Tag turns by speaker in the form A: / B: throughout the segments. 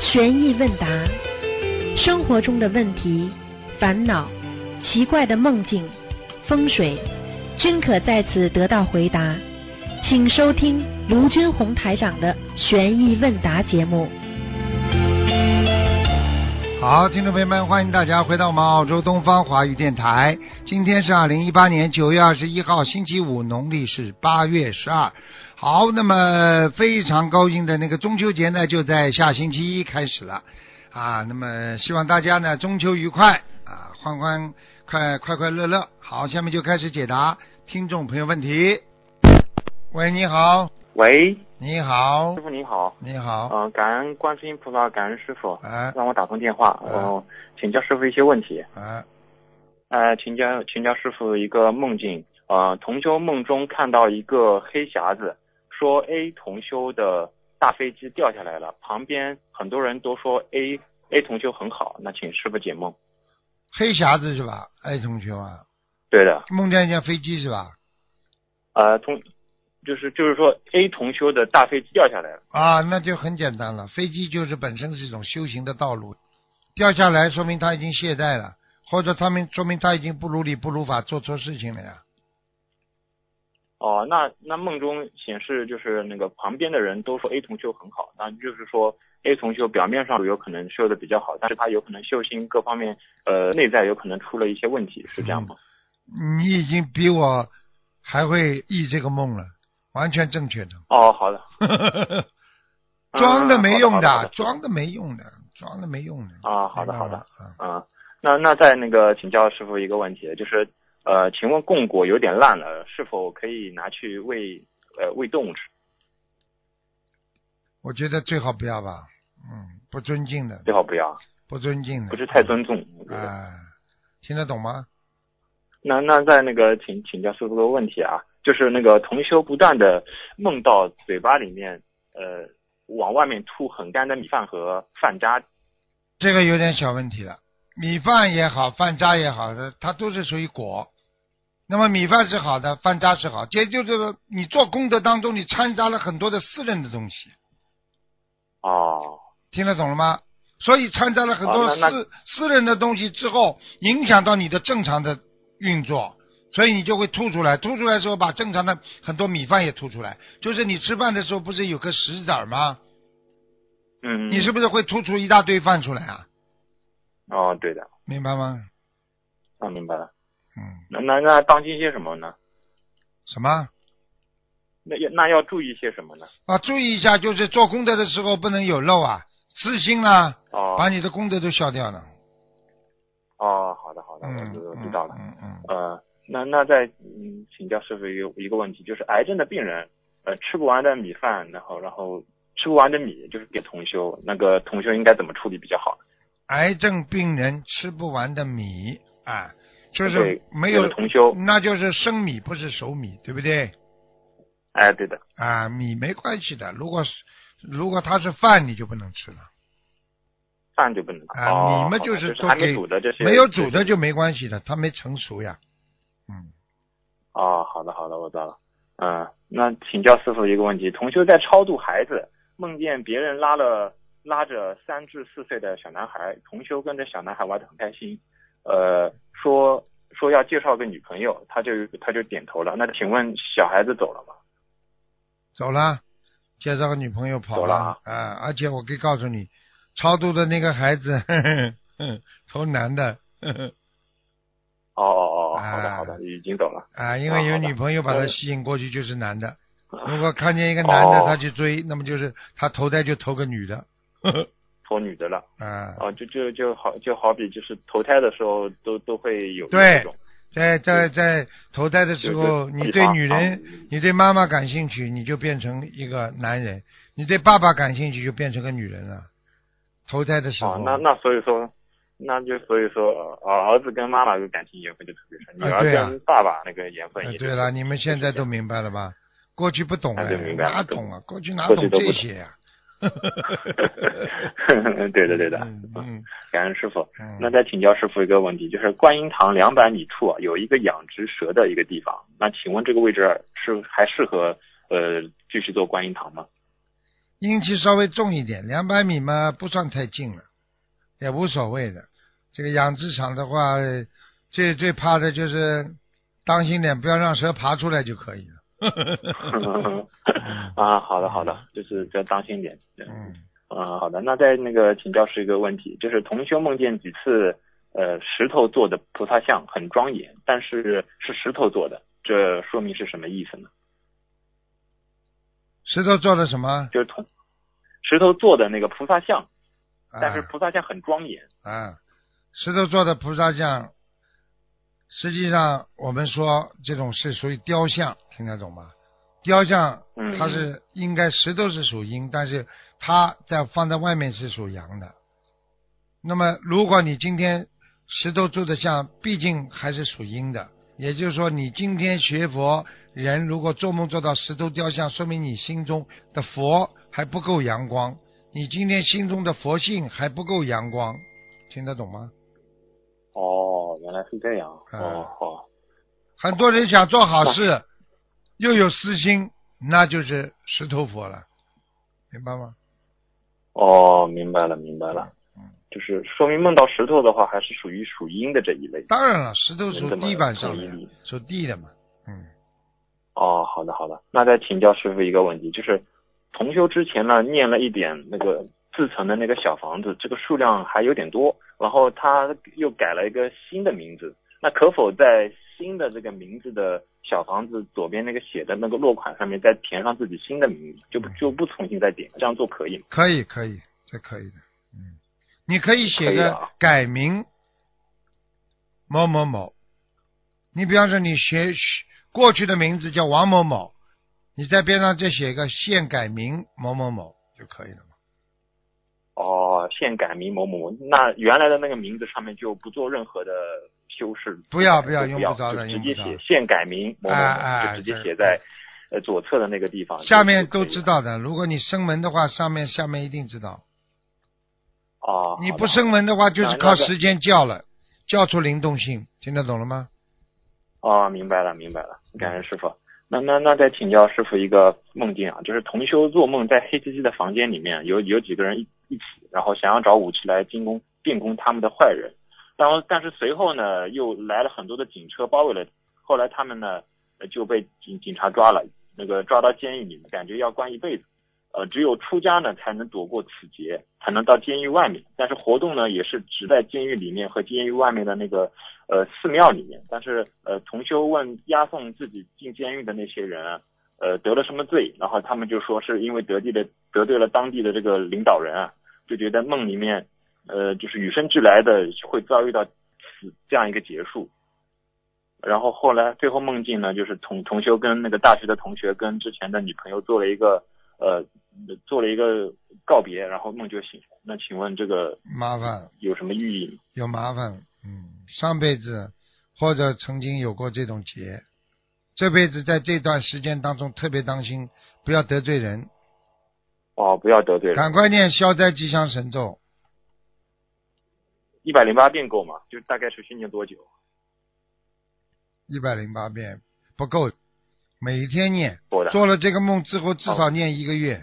A: 玄疑问答，生活中的问题、烦恼、奇怪的梦境、风水，均可在此得到回答。请收听卢军红台长的玄疑问答节目。
B: 好，听众朋友们，欢迎大家回到我们澳洲东方华语电台。今天是二零一八年九月二十一号，星期五，农历是八月十二。好，那么非常高兴的那个中秋节呢，就在下星期一开始了啊。那么希望大家呢中秋愉快啊，欢欢快快快乐乐。好，下面就开始解答听众朋友问题。喂，你好，
C: 喂，
B: 你好
C: 师，傅你好，
B: 你好，
C: 嗯、感恩观世音菩萨，感恩师傅，
B: 哎
C: 让我打通电话，
B: 哎
C: 我、请教师傅一些问题。
B: 哎，
C: 呃，请教请教师傅一个梦境，呃，同修梦中看到一个黑匣子，说 A 同修的大飞机掉下来了，旁边很多人都说 A A 同修很好，那请师傅解梦。
B: 黑匣子是吧？哎，同学啊，
C: 对的，
B: 梦见一架飞机是吧？
C: 呃，同就是就是说 A 同修的大飞机掉下来了，
B: 啊，那就很简单了。飞机就是本身是一种修行的道路，掉下来说明他已经懈怠了，或者他们说明他已经不如理不如法，做错事情了呀。
C: 哦，那那梦中显示就是那个旁边的人都说 A 同修很好，那就是说 A 同修表面上有可能修的比较好，但是他有可能修心各方面呃内在有可能出了一些问题，是这样吗？
B: 你已经比我还会忆这个梦了，完全正 确的，
C: 哦，好的，嗯
B: 装的没用
C: 好的好的
B: 装的没用的，装的没用的。
C: 啊好
B: 明
C: 的
B: 白
C: 好的
B: 吗啊，
C: 嗯，那那再那个请教师傅一个问题，就是呃，请问供果有点烂了，是否可以拿去喂呃喂动物吃？
B: 我觉得最好不要吧，嗯，不尊敬的，
C: 最好不要，
B: 不尊敬的，
C: 不是太尊重。我觉得
B: 啊，听得懂吗？
C: 那那在那个请请教师傅个问题啊，就是那个同修不断的梦到嘴巴里面呃往外面吐很干的米饭和饭渣，
B: 这个有点小问题了。米饭也好，饭渣也好，它它都是属于果。那么米饭是好的，饭渣是好，这就是说你做功德当中，你掺杂了很多的私人的东西，
C: 哦
B: 听得懂了吗？所以掺杂了很多
C: 哦
B: 私、
C: 那那
B: 私人的东西之后，影响到你的正常的运作，所以你就会吐出来。吐出来的时候，把正常的很多米饭也吐出来。就是你吃饭的时候，不是有颗石子儿吗？
C: 嗯，
B: 你是不是会吐出一大堆饭出来啊？
C: 哦对的，
B: 明白吗？
C: 啊明白了。
B: 嗯，
C: 那那那当心些什么呢？
B: 什么？
C: 那要那要注意些什么呢？
B: 啊，注意一下，就是做功德的时候不能有漏啊，私心啦、
C: 哦
B: 把你的功德都消掉了。
C: 哦，好的好的，
B: 嗯
C: 我知，知道了。
B: 嗯嗯
C: 呃，那那再嗯请教师傅一个一个问题，就是癌症的病人，呃，吃不完的米饭，然后然后吃不完的米，就是给同修，那个同修应该怎么处理比较好？
B: 癌症病人吃不完的米啊，就是
C: 对
B: 没有
C: 那个，同修，
B: 那就是生米不是熟米，对不对？
C: 哎，对的，
B: 啊，米没关系的，如果是如果它是饭，你就不能吃了
C: 饭就不能
B: 啊。
C: 哦
B: 你们
C: 好
B: 就
C: 的就是
B: 都
C: 还
B: 给
C: 没煮的这些，
B: 没有煮的
C: 这些
B: 就没关系的，它没成熟呀。嗯，
C: 哦，好的好的，我知道了。嗯、那请教师傅一个问题，同修在超度孩子，梦见别人拉了拉着三至四岁的小男孩，同修跟着小男孩玩得很开心，呃，说说要介绍个女朋友，他就他就点头了。那请问小孩子走了吗？
B: 走了，介绍个女朋友跑
C: 走了啊
B: 啊！而且我可以告诉你，超度的那个孩子， 呵呵嗯投男 的呵呵
C: 哦哦哦，
B: 啊
C: 好的好的，已经走了。
B: 啊，因为
C: 啊
B: 有
C: 好的
B: 女朋友把他
C: 嗯
B: 吸引过去，就是男的。如果看见一个男的
C: 哦
B: 他去追，那么就是他投胎就投个女的呵呵
C: 托女的了，
B: 啊。
C: 哦，就就就好，就好比就是投胎的时候都都会有
B: 对
C: 这种，
B: 在在在投胎的时候，
C: 就是
B: 你
C: 地
B: 对
C: 方
B: 女
C: 啊
B: 人，你对妈妈感兴趣，你就变成一个男人；你对爸爸感兴趣，就变成个女人了。投胎的时候
C: 哦，，那那所以说，那就所以说，呃儿子跟妈妈的感情缘分就特别深，女
B: 啊
C: 儿
B: 对啊
C: 跟爸爸那个缘分
B: 哎
C: 也、，
B: 对了，你们现在都明白了吧？过去不懂
C: 哎
B: 哎
C: 对，明白
B: 哪
C: 懂
B: 懂啊？过去哪
C: 过去
B: 懂
C: 都不
B: 这
C: 懂
B: 些呀？
C: 对的对的，
B: 嗯 嗯
C: 感恩师傅。
B: 嗯。
C: 那再请教师傅一个问题，就是观音堂两百米处啊有一个养殖蛇的一个地 方，那请问这个位置是还适合呃继续做观音堂吗？
B: 阴气稍微重一点，两百米嘛不算太近了，也无所谓的。这个养殖场的话，最最怕的就是当心点，不要让蛇爬出来就可以了。
C: 啊，好的好的，就是要当心点。
B: 嗯，
C: 啊，好的，那再那个请教师一个问题，就是同修梦见几次呃石头做的菩萨像很庄严，但是是石头做的，这说明是什么意思呢？
B: 石头做的什么？
C: 就是同石头做的那个菩萨像，
B: 啊
C: 但是菩萨像很庄严。
B: 啊，石头做的菩萨像，实际上我们说这种是属于雕像，听得懂吗？雕像
C: 嗯
B: 它是应该石头是属阴，但是它在放在外面是属阳的。那么如果你今天石头做的像，毕竟还是属阴的，也就是说你今天学佛人，如果做梦做到石头雕像，说明你心中的佛还不够阳光，你今天心中的佛性还不够阳光，听得懂吗？
C: 哦，原来是这样。
B: 啊
C: 哦，好，
B: 很多人想做好事，又有私心，那就是石头佛了，明白吗？
C: 哦，明白了，明白了
B: 嗯。
C: 就是说明梦到石头的话，还是属于属阴的这一类。
B: 当然了，石头属地板上的
C: 人怎么统一
B: 呀，属地的嘛。嗯，
C: 哦，好的好的，那再请教师傅一个问题，就是同修之前呢念了一点那个自存的那个小房子，这个数量还有点多，然后他又改了一个新的名字，那可否在新的这个名字的小房子左边那个写的那个落款上面再填上自己新的名字，就不就不重新再点，这样做可以吗？
B: 可以，可以，这可以的。嗯，你可以写
C: 可以的
B: 个
C: 啊
B: 改名某某某。你比方说，你学学过去的名字叫王某某，你在边上再写个现改名某某某就可以了嘛。
C: 哦，现改名某某，某，那原来的那个名字上面就不做任何的修饰。
B: 不要
C: 不改
B: 不要
C: 就
B: 用
C: 要
B: 不着
C: 就
B: 的
C: 直
B: 用
C: 接
B: 不着
C: 写现改名某某，
B: 哎
C: 某，
B: 哎
C: 就直接
B: 对
C: 写在呃左侧的那个地方。
B: 下面都
C: 就可以
B: 知
C: 了。
B: 道的，如果你生门的话，上面下面一定知道。
C: 哦，
B: 你
C: 好
B: 不
C: 的
B: 生门的话，就是靠
C: 那那个
B: 时间叫了，叫出灵动性，听得懂了吗？
C: 哦，明白了，明白了，感恩师傅。那那那再请教师傅一个梦境啊，就是同修做梦在黑漆漆的房间里面，有有几个人一一起，然后想要找武器来进攻进攻他们的坏人，然后但是随后呢又来了很多的警车包围了，后来他们呢呃就被警警察抓了，那个抓到监狱里面，感觉要关一辈子。呃，只有出家呢才能躲过此劫，才能到监狱外面。但是活动呢也是只在监狱里面和监狱外面的那个呃寺庙里面。但是呃，同修问押送自己进监狱的那些人啊，呃得了什么罪，然后他们就说是因为得地的得罪了当地的这个领导人啊，就觉得梦里面呃就是与生俱来的会遭遇到此这样一个结束。然后后来最后梦境呢，就是同同修跟那个大学的同学跟之前的女朋友做了一个呃做了一个告别，然后梦就醒了。那请问这个
B: 麻烦
C: 有什么寓意？
B: 有麻烦，嗯，上辈子或者曾经有过这种劫，这辈子在这段时间当中特别当心，不要得罪人，
C: 哦，不要得罪人，
B: 赶快念消灾吉祥神咒，
C: 一百零八遍够吗？就大概持续念多久？
B: 一百零八遍不够，每一天念。
C: 够的。
B: 做了这个梦之后，至少念一个月，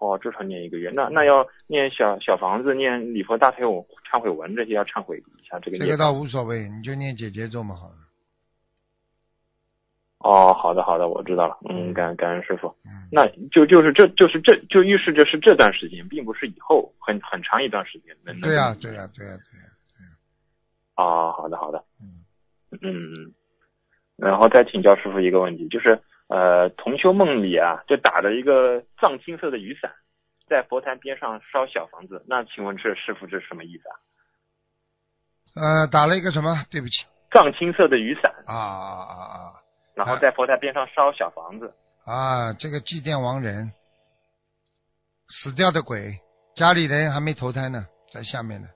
C: 哦，至少念一个月。那那要念小小房子，念礼佛大忏悔忏悔文这些要忏悔一下这个
B: 这
C: 业
B: 个倒
C: 障。
B: 无所谓，你就念姐姐咒嘛好了。
C: 哦，好的好的，我知道了。嗯，感感恩师傅。
B: 嗯，
C: 那就就是这就是这就预示着是这段时间，并不是以后很很长一段时间。能
B: 对呀、
C: 呀、
B: 对呀、啊对呀、对呀、
C: 啊，好的好的，
B: 嗯
C: 嗯，然后再请教师傅一个问题，就是呃，同修梦里啊，就打着一个藏青色的雨伞，在佛坛边上烧小房子，那请问这师傅这是什么意思啊？
B: 呃，打了一个什么？对不起
C: 藏青色的雨伞，
B: 啊啊啊啊！
C: 然后在佛坛边上烧小房子，
B: 啊，这个祭奠亡人，死掉的鬼，家里人还没投胎呢，在下面呢。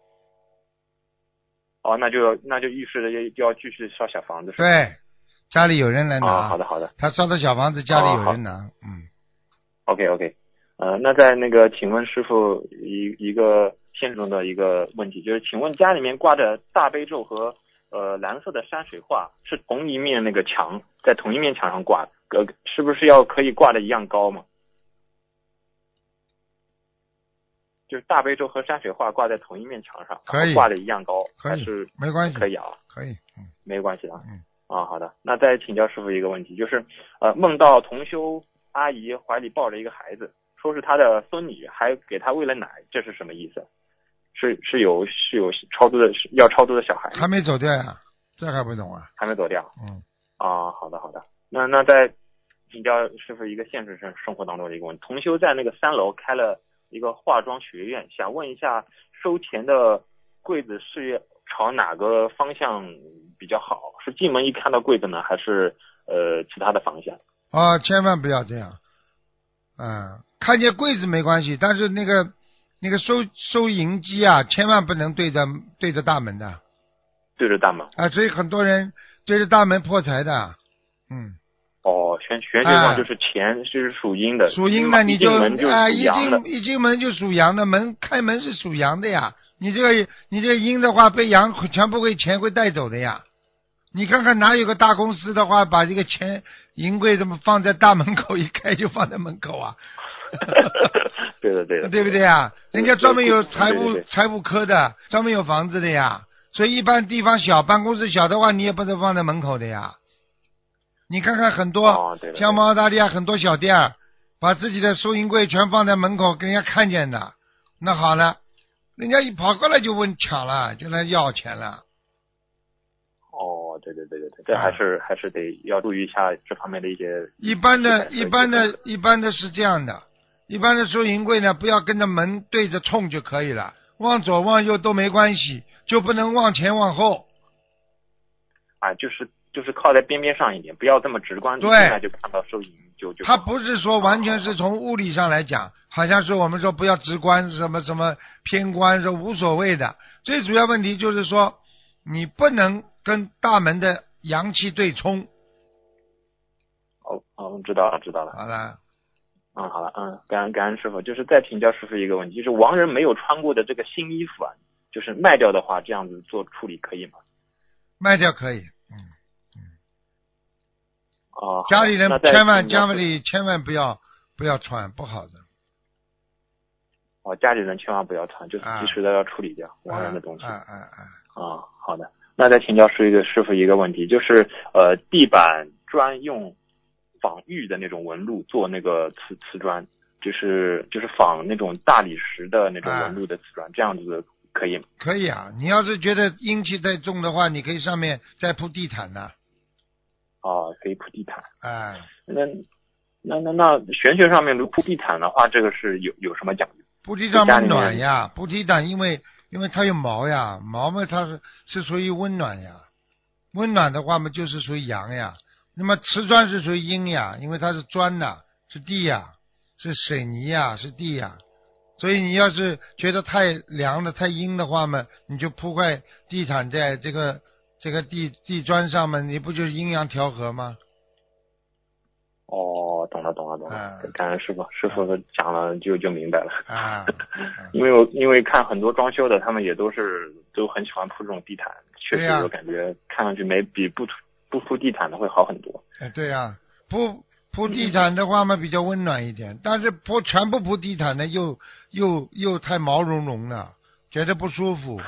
C: 哦，那就那就预示着要要继续烧小房子是吧？
B: 对，家里有人来拿。
C: 啊，好的好的。
B: 他烧的小房子，家里
C: 哦
B: 有
C: 好
B: 人拿。嗯，
C: OK OK，呃，那在那个，请问师傅一一个现实中的一个问题，就是请问家里面挂着大悲咒和呃蓝色的山水画是同一面那个墙，在同一面墙上挂的，呃，是不是要可以挂的一样高嘛？就是大悲咒和山水画挂在同一面墙上，
B: 可以
C: 然后挂的一样高，
B: 可
C: 还
B: 以
C: 是
B: 没关系
C: 可以啊，
B: 可以，嗯
C: 没关系的。
B: 嗯，
C: 啊，好的，那再请教师傅一个问题，就是呃，梦到同修阿姨怀里抱着一个孩子，说是她的孙女，还给她喂了奶，这是什么意思？是是有是有超度的是要超度的小孩
B: 还没走掉呀，这还不懂啊？
C: 还没走掉
B: 嗯，
C: 啊？好的好的，那那再请教师傅一个现实生生活当中的一个问题，同修在那个三楼开了一个化妆学院，想问一下收钱的柜子是朝哪个方向比较好？是进门一看到柜子呢，还是呃其他的方向？
B: 啊，千万不要这样，嗯，看见柜子没关系，但是那个那个收收银机啊，千万不能对着对着大门的
C: 对着大门。
B: 啊，所以很多人对着大门破财的，嗯，
C: 哦，玄玄学
B: 哎
C: 上就是钱就是属阴的，
B: 属阴
C: 的
B: 的你
C: 进门就是
B: 啊，
C: 属
B: 一
C: 阳的
B: 进。一进门就属羊的，门开门是属羊的呀，你这个你这个阴的话被羊会全部会钱会带走的呀。你看看哪有个大公司的话，把这个钱银柜这么放在大门口，一开就放在门口啊？
C: 对的，对的，
B: 对不对？啊？
C: 对
B: 人家专门有财
C: 对对
B: 务
C: 对
B: 财务科的，专门有房子的呀。所以一般地方小，办公室小的话，你也不能放在门口的呀。你看看很多
C: 哦对的
B: 像澳大利亚很多小店儿，把自己的收银柜全放在门口，给人家看见的。那好了，人家一跑过来就问抢了，就来要钱了。
C: 哦，对对对对对，这
B: 啊
C: 还是还是得要注意一下这方面的一些。
B: 一般的、
C: 是
B: 一般的、一般的是这样的，一般的收银柜呢，不要跟着门对着冲就可以了，往左往右都没关系，就不能往前往后。
C: 啊，就是就是靠在边边上一点，不要这么直观的
B: 对
C: 进来就看到收银就就。
B: 它不是说完全是从物理上来讲，好像是我们说不要直观什么什么偏观说无所谓的，最主要问题就是说你不能跟大门的阳气对冲。
C: 哦哦，知道了知道了。
B: 好了，
C: 嗯，好了，嗯，感恩感恩师傅，就是再请教师傅一个问题，就是亡人没有穿过的这个新衣服啊，就是卖掉的话，这样子做处理可以吗？
B: 卖掉可以，
C: 啊，好
B: 家里人
C: 那再
B: 千万
C: 请教
B: 家
C: 师傅
B: 里千万不要不要穿不好的。
C: 哦，家里人千万不要穿，就是
B: 啊
C: 及时的要处理掉亡人的东西。
B: 啊啊啊！
C: 啊，好的，那再请教师一个师傅一个问题，就是呃，地板砖用仿玉的那种纹路做那个瓷瓷砖，就是就是仿那种大理石的那种纹路的瓷砖，这样子可以吗？
B: 可以啊，你要是觉得阴气太重的话，你可以上面再铺地毯呐，
C: 啊，可以铺地毯。
B: 啊，
C: 那那那那玄学上面如铺地毯的话，这个是有有什么讲究？
B: 铺地毯
C: 家
B: 温
C: 里面
B: 暖呀，铺地毯因为因为它有毛呀，毛嘛它是是属于温暖呀，温暖的话嘛就是属于阳呀，那么瓷砖是属于阴呀，因为它是砖呐，是地呀，是水泥呀，是地呀，所以你要是觉得太凉的太阴的话嘛，你就铺块地毯在这个这个地地砖上面，你不就是阴阳调和吗？
C: 哦，懂了懂了懂了
B: 嗯，
C: 感恩师傅，师傅讲了就就明白了。
B: 啊。
C: 因为我因为看很多装修的，他们也都是都很喜欢铺这种地毯，确
B: 对
C: 实
B: 呀
C: 我感觉看上去没比不涂不铺地毯的会好很多。
B: 哎，对呀、铺铺地毯的话嘛，比较温暖一点，但是铺全部铺地毯呢，又又又太毛茸茸了，觉得不舒 服，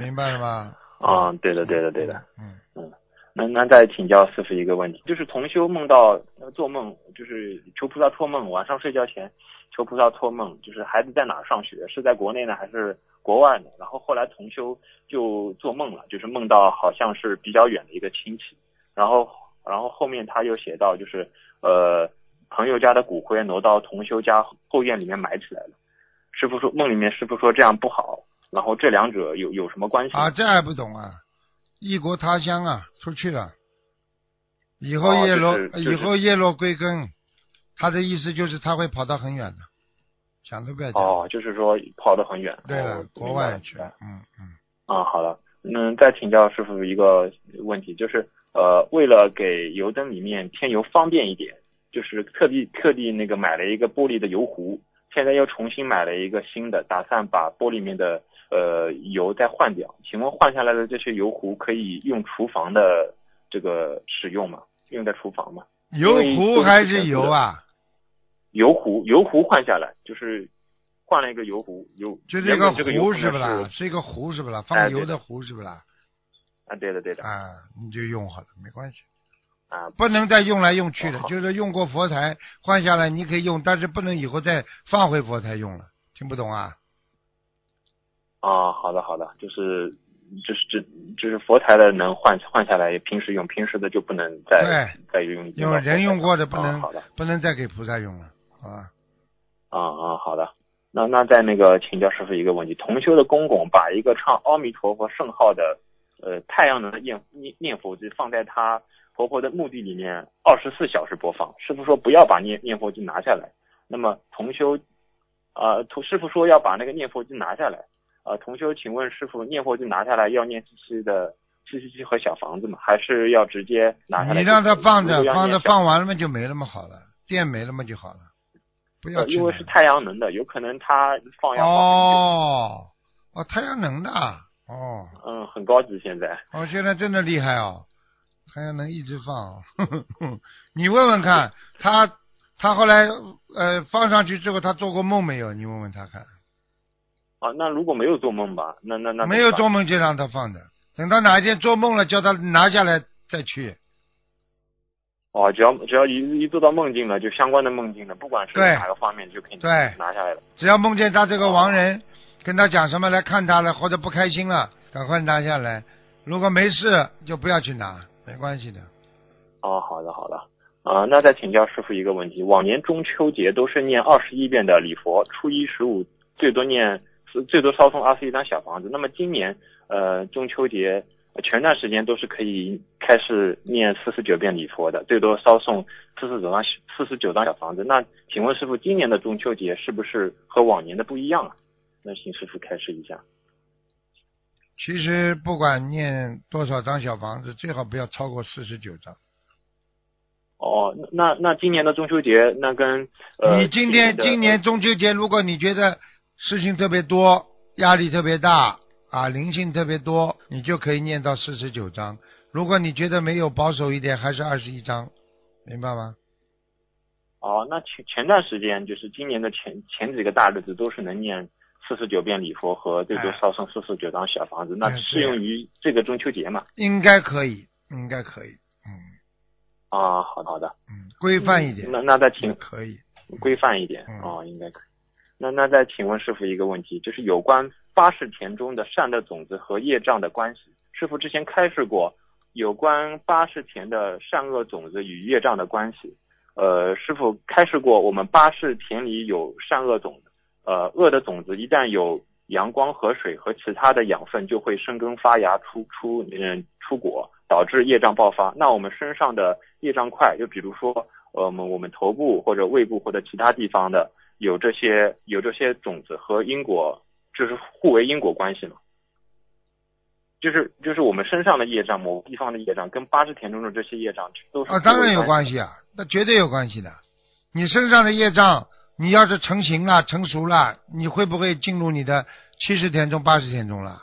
B: 明白了吗？
C: 啊、对的对的对的。
B: 嗯，
C: 那那再请教师傅一个问题，就是同修梦到呃做梦，就是求菩萨托梦，晚上睡觉前求菩萨托梦，就是孩子在哪儿上学，是在国内呢还是国外呢？然后后来同修就做梦了，就是梦到好像是比较远的一个亲戚，然后然后后面他又写到就是呃朋友家的骨灰挪到同修家后院里面埋起来了，师傅说梦里面师傅说这样不好，然后这两者有有什么关系？
B: 啊，这还不懂啊，异国他乡啊，出去了，以后
C: 哦
B: 叶落、
C: 就是就是
B: 以后叶落归根，他的意思就是他会跑到很远的，想都不要讲。
C: 哦，就是说跑得很远。
B: 对了，
C: 哦
B: 国外去
C: 明白了
B: 了，嗯嗯。
C: 啊、好了，嗯，再请教师傅一个问题，就是呃，为了给油灯里面添油方便一点，就是特地特地那个买了一个玻璃的油壶，现在又重新买了一个新的，打算把玻璃里面的呃油再换掉。请问换下来的这些油壶可以用厨房的这个使用吗？用在厨房吗？
B: 油
C: 因为都
B: 壶
C: 是
B: 还
C: 全
B: 是
C: 部
B: 油
C: 的
B: 啊？
C: 油壶油壶换下来就是换了一个油壶，油
B: 就是一
C: 原
B: 个
C: 本这个油
B: 壶
C: 壶
B: 是不
C: 呢
B: 啦？是一个壶是不啦？
C: 哎
B: 放
C: 对
B: 油的
C: 的
B: 壶是不啦？
C: 啊，对的对的
B: 啊，你就用好了，没关系。
C: 啊，
B: 不能再用来用去的
C: 哦，好
B: 就是用过佛台换下来，你可以用，但是不能以后再放回佛台用了。听不懂啊？
C: 啊，好的好的，就是就是这就是佛台的能换换下来，平时用，平时的就不能再再用。
B: 用人用过的不能
C: 啊好的
B: 不能再给菩萨用了，好吧？
C: 啊啊好的，那那再那个请教师傅一个问题，同修的公公把一个唱阿弥陀佛圣号的呃太阳能的念念念佛机放在他婆婆的墓地里面二十四小时播放，师傅说不要把念念佛机拿下来，那么同修啊，同师傅说要把那个念佛机拿下来。呃，同修，请问师傅，念佛机拿下来要念七七的七七七和小房子吗？还是要直接拿下来就行？
B: 你让它放着
C: 如果，要
B: 放着
C: 念小
B: 放完了嘛就没了嘛，好了，电没了嘛就好了，不要
C: 呃
B: 去
C: 因
B: 拿
C: 为是太阳能的，有可能它放要放很久
B: 哦哦，太阳能的啊哦
C: 嗯，很高级现在。
B: 哦，现在真的厉害哦，太阳能一直放哦， 你问问看他。他后来呃放上去之后，他做过梦没有？你问问他看。
C: 啊，那如果没有做梦吧，那那那
B: 没有做梦就让他放着，等到哪一天做梦了，叫他拿下来再去。
C: 哦，只要只要一一做到梦境了，就相关的梦境了，不管是
B: 对
C: 哪个方面就可以
B: 对
C: 拿下来了。
B: 只要梦见他这个亡人，跟他讲什么来看他了，或者不开心了，赶快拿下来。如果没事，就不要去拿，没关系的。
C: 哦，好的好的。啊、那再请教师傅一个问题：往年中秋节都是念二十一遍的礼佛，初一十五最多念最多烧送二十一张小房子。那么今年呃中秋节呃前段时间都是可以开始念四十九遍礼佛的，最多烧送四十九张四十九张小房子。那请问师傅，今年的中秋节是不是和往年的不一样啊？那请师傅开示一下。
B: 其实不管念多少张小房子，最好不要超过四十九张。
C: 哦，那那那今年的中秋节，那跟呃
B: 你今天
C: 的
B: 今年中秋节，如果你觉得事情特别多，压力特别大啊，灵性特别多，你就可以念到四十九章。如果你觉得没有保守一点，还是二十一章，明白吗？
C: 哦，那前前段时间就是今年的前前几个大日子都是能念四十九遍礼佛和最多
B: 哎
C: 烧送四十九张小房子，那
B: 嗯
C: 适用于这个中秋节嘛？
B: 应该可以，应该可以，嗯
C: 啊，好的好的，
B: 嗯，规范一点，
C: 那那再请
B: 也可以。
C: 规范一点
B: 嗯
C: 哦，应该可以。那那再请问师傅一个问题，就是有关八识田中的善的种子和业障的关系。师傅之前开示过有关八识田的善恶种子与业障的关系。呃，师傅开示过，我们八识田里有善恶种子，呃，恶的种子一旦有阳光和水和其他的养分，就会生根发芽出出嗯出果，导致业障爆发。那我们身上的业障块，就比如说呃，我们我们头部或者胃部或者其他地方的有这些有这些种子和因果，就是互为因果关系嘛。就是就是我们身上的业障，某个地方的业障，跟八十田中的这些业障都是
B: 啊，当然有
C: 关
B: 关
C: 系
B: 系啊，那绝对有关系的。你身上的业障，你要是成型了、成熟了，你会不会进入你的七十天中、八十天中了？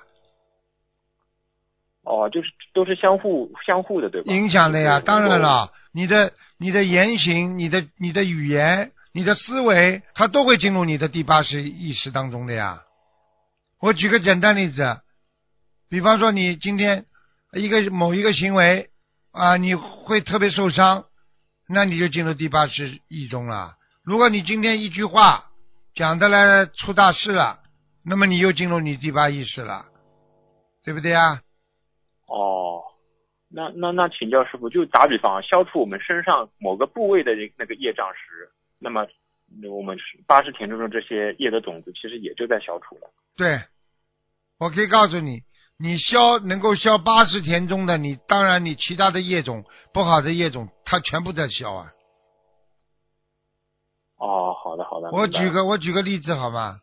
C: 哦，就是都是相互相互的，对吧？
B: 影响的呀，
C: 就是哦
B: 当然了，你的你的言行、你的你的语言、你的思维，它都会进入你的第八识意识当中的呀。我举个简单例子，比方说你今天一个某一个行为啊，你会特别受伤，那你就进入第八识意中了。如果你今天一句话讲的来出大事了，那么你又进入你第八意识了，对不对啊？
C: 哦，那那那请教师傅，就打比方啊，消除我们身上某个部位的那那个业障时，那么我们八十田中的这些业的种子，其实也就在消除了。
B: 对，我可以告诉你，你消能够消八十田中的，你当然你其他的业种不好的业种，它全部在消啊。
C: 哦，好的好的，
B: 我
C: 明白了
B: 举个我举个例子好吗？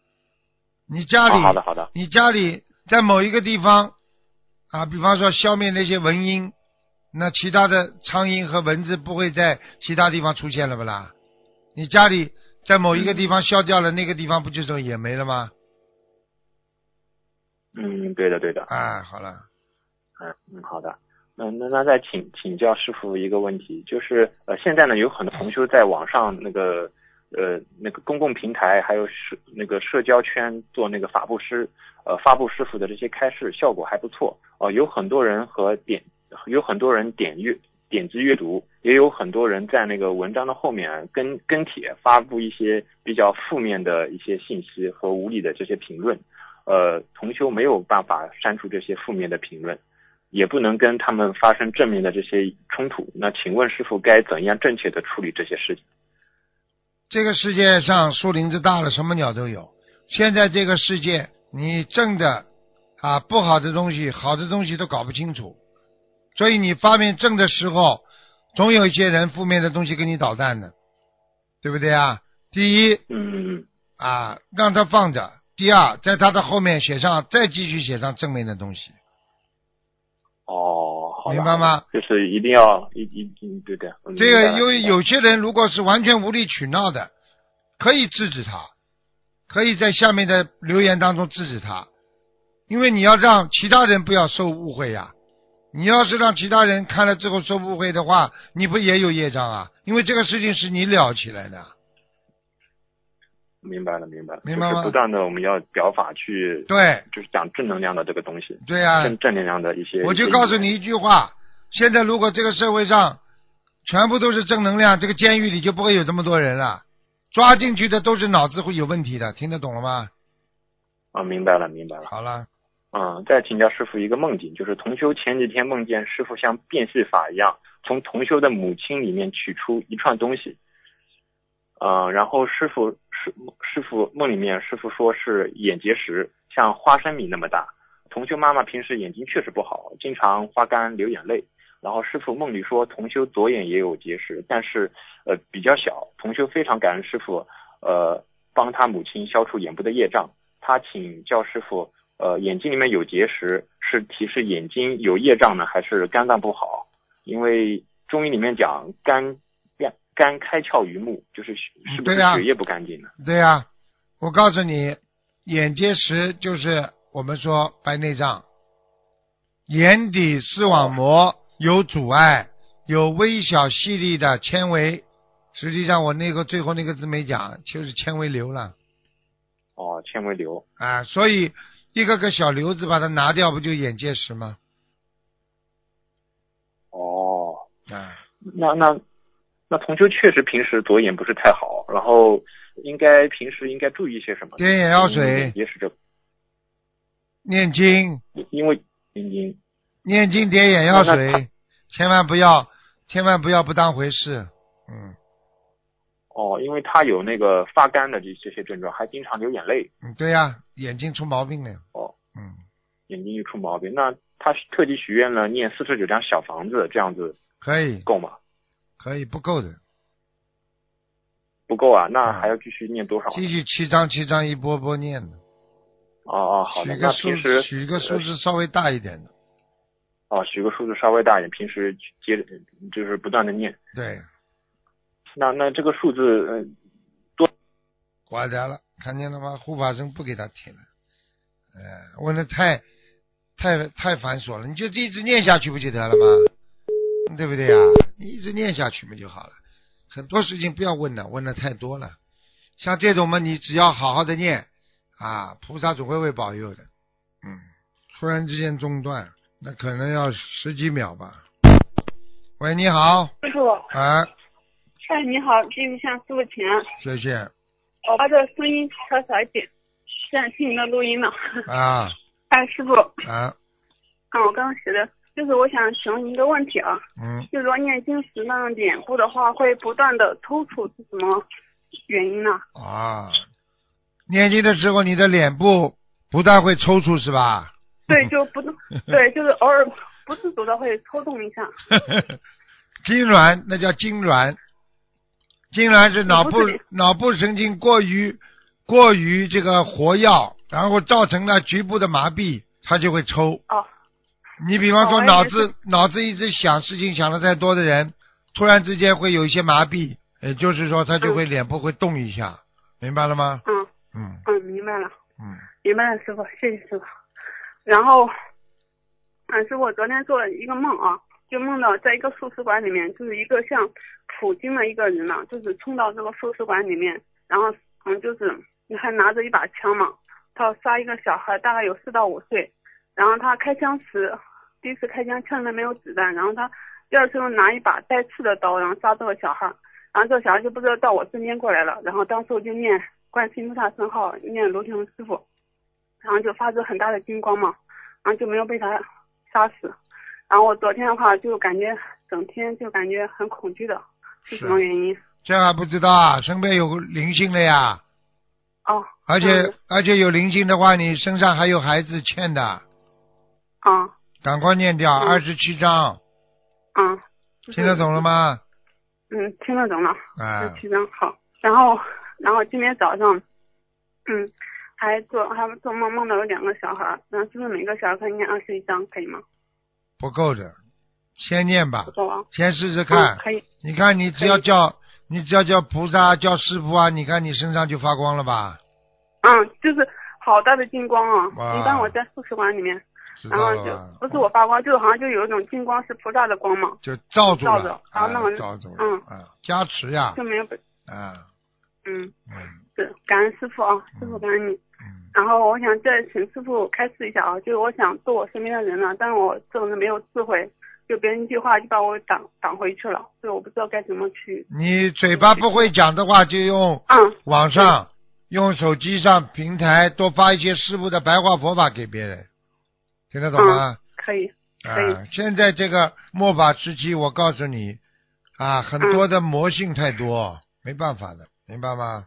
B: 你家里、
C: 哦好的好的，
B: 你家里在某一个地方啊，比方说消灭那些蚊蝇，那其他的苍蝇和蚊子不会在其他地方出现了不啦？你家里在某一个地方消掉了，那个地方不就是也没了吗？
C: 嗯，对的对的，
B: 哎，好了，
C: 嗯嗯，好的。嗯，那那再请请教师傅一个问题，就是呃，现在呢有很多同修在网上那个呃那个公共平台，还有社那个社交圈做那个法布施，呃发布师傅的这些开示，效果还不错哦、有很多人和点有很多人点阅点击阅读，也有很多人在那个文章的后面啊跟跟帖发布一些比较负面的一些信息和无理的这些评论。呃，同修没有办法删除这些负面的评论，也不能跟他们发生正面的这些冲突。那请问师傅该怎样正确的处理这些事情？
B: 这个世界上树林子大了，什么鸟都有。现在这个世界，你正的啊不好的东西，好的东西都搞不清楚，所以你发明正的时候，总有一些人负面的东西给你捣蛋的，对不对啊？第一
C: 嗯
B: 啊，让它放着；第二，在它的后面写上，再继续写上正面的东西。
C: 哦，好的
B: 明白吗？
C: 就是一定要一一一对的。嗯
B: 这个有
C: 明白
B: 有些人如果是完全无理取闹的，可以制止他，可以在下面的留言当中制止他，因为你要让其他人不要受误会呀、你要是让其他人看了之后受误会的话，你不也有业障啊？因为这个事情是你了起来的，
C: 明白了明白了，
B: 明白吗
C: 就是不断的我们要表法去，
B: 对
C: 就是讲正能量的这个东西，
B: 对呀、
C: 正正能量的一些。
B: 我
C: 一
B: 就
C: 些
B: 告诉
C: 意见
B: 你一句话：现在如果这个社会上全部都是正能量，这个监狱里就不会有这么多人了。抓进去的都是脑子会有问题的，听得懂了吗？
C: 啊，明白了明白了。
B: 好了，
C: 嗯，再请教师傅一个梦境，就是同修前几天梦见师傅像变戏法一样，从同修的母亲里面取出一串东西，嗯，然后师傅师师傅梦里面师傅说是眼结石，像花生米那么大。同修妈妈平时眼睛确实不好，经常花干流眼泪。然后师傅梦里说同修左眼也有结石，但是呃比较小。同修非常感恩师傅，呃帮他母亲消除眼部的业障。他请教师傅，呃眼睛里面有结石是提示眼睛有业障呢，还是肝脏不好？因为中医里面讲肝肝肝开窍于目，就是血是不
B: 嗯对
C: 是
B: 呀
C: 血液不干净呢？
B: 对呀、我告诉你，眼结石就是我们说白内障，眼底视网膜有阻碍，有微小细粒的纤维。实际上，我那个最后那个字没讲，就是纤维瘤了
C: 哦，纤维瘤。
B: 啊。所以一个个小瘤子把它拿掉，不就眼结石吗？
C: 哦，
B: 啊，
C: 那那那同修确实平时左眼不是太好，然后应该平时应该注意些什么呢？
B: 点眼药水，
C: 也是这，
B: 念经，
C: 因为眼睛
B: 念经点眼药
C: 那那
B: 水，千万不要，千万不要不当回事。嗯
C: 哦，因为他有那个发干的这这些症状，还经常流眼泪，
B: 嗯，对呀、眼睛出毛病了。
C: 哦，
B: 嗯。
C: 眼睛又出毛病。那他特地许愿了，念四十九张小房子，这样子
B: 可以，
C: 够吗？
B: 可以，不够的，
C: 不够啊，那
B: 嗯
C: 还要继续念多少？啊
B: 继续七张七张一波波念的，
C: 哦哦，好的。
B: 取
C: 那
B: 个数
C: 平时
B: 取个数
C: 呃
B: 字稍微大一点的，
C: 哦，取个数字稍微大一点，平时接着就是不断的念。
B: 对，
C: 那那这个数字，呃，
B: 挂掉了，看见了吗？护法神不给他听了，呃，问的太太太繁琐了，你就一直念下去不就得了吗？对不对呀、你一直念下去不就好了？很多事情不要问了，问的太多了，像这种嘛，你只要好好的念啊，菩萨总会会保佑的。嗯，突然之间中断，那可能要十几秒吧。喂，你好，
D: 师傅，
B: 啊，
D: 哎，你好，这个向师傅请安，
B: 谢谢
D: 我把这声音调小一点，现在听您的录音呢。
B: 啊
D: 哎，师傅，
B: 啊，
D: 嗯，我刚刚学的，就是我想询问您一个问题啊，
B: 嗯，
D: 就是说念经时呢，脸部的话会不断的抽搐，是什么原因呢？
B: 啊，念经的时候你的脸部不但会抽搐是吧？
D: 对，就不，对，就是偶尔不自主的会抽动一下。
B: 痉挛，那叫痉挛。痉挛是脑部
D: 不是
B: 脑部神经过于过于这个活跃，然后造成了局部的麻痹，它就会抽。
D: 哦，
B: 你比方说
D: 哦
B: 脑
D: 我以为
B: 子、脑子一直想事情想的太多的人，突然之间会有一些麻痹，也就是说他就会脸部会动一下，明白了吗？
D: 嗯
B: 嗯
D: 嗯，明白了，
B: 嗯，
D: 明白了，师傅，谢谢师傅。然后，嗯，师傅，我昨天做了一个梦啊，就梦到在一个素食馆里面，就是一个像普京的一个人嘛，就是冲到这个素食馆里面，然后嗯，就是你还拿着一把枪嘛，他要杀一个小孩，大概有四到五岁，然后他开枪时，第一次开枪枪里面没有子弹，然后他第二次又拿一把带刺的刀，然后杀这个小孩，然后这个小孩就不知道到我身边过来了，然后当时我就念观世音菩萨圣号，念卢天龙师傅，然后就发出很大的金光嘛，然后就没有被他杀死。然后我昨天的话就感觉整天就感觉很恐惧的，是什么原因？
B: 这还不知道啊，身边有灵性了呀，
D: 哦，
B: 而且、
D: 嗯
B: 而且有灵性的话，你身上还有孩子欠的，
D: 啊
B: 赶快念掉
D: 嗯
B: 二十七章，
D: 啊，
B: 听得懂了吗？
D: 嗯，听得懂了，
B: 啊、
D: 这七张好。然后然后今天早上，嗯，还做还做梦梦到有两个小孩儿，然后是不是每个小孩可以念二十一张，可以吗？
B: 不够的，先念吧
D: 不，够啊，
B: 先试试
D: 嗯
B: 看。
D: 可以，
B: 你看，你只要
D: 可以
B: 叫你只要叫菩萨叫师傅啊，你看你身上就发光了吧？
D: 嗯，就是好大的金光
B: 哇
D: 啊！一般我在素食馆里面，
B: 知道
D: 然后
B: 了
D: 啊就
B: 吧？
D: 不是我发光，就是好像就有一种金光是菩萨的光嘛，
B: 就罩住
D: 罩
B: 了
D: 着，然后那我
B: 哎
D: 就
B: 罩住了，
D: 嗯
B: 啊，加持呀
D: 就，没有被
B: 啊，
D: 嗯。
B: 嗯
D: 是，感恩师傅啊，师傅感恩你。
B: 嗯，
D: 然后我想再请师傅开示一下啊，就是我想做我身边的人呢，但是我这种人没有智慧，就别人一句话就把我挡挡回去了，所以我不知道该怎么去。
B: 你嘴巴不会讲的话，就用
D: 嗯，
B: 网上、用手机上平台多发一些师傅的白话佛法给别人，听得懂吗？
D: 可以，嗯可以
B: 啊，现在这个末法时期，我告诉你，啊，很多的魔性太多，没办法的，明白吗？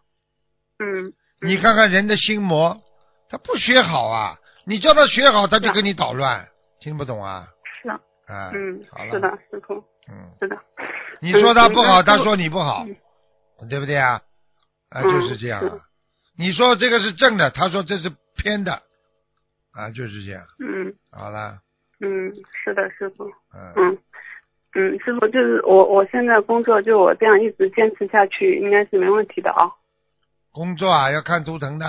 D: 嗯。嗯
B: 你，看看人的心魔，他不学好啊，你叫他学好，他
D: 是
B: 就
D: 啊
B: 跟你捣乱，听不懂啊？
D: 是啊，
B: 啊，
D: 嗯
B: 好，了，
D: 是的，，师傅，
B: 嗯，
D: 是的，
B: 你说他不好，
D: 嗯
B: 他说你不好
D: 嗯，
B: 对不对啊？啊，
D: 嗯
B: 就是这样啊
D: 是。
B: 你说这个是正的，他说这是偏的，啊，就是这样。
D: 嗯
B: 好了，
D: 嗯，是的，师傅，
B: 嗯，
D: 嗯。嗯，师傅，就是我，我现在工作，就我这样一直坚持下去，应该是没问题的啊。
B: 工作啊要看图腾的，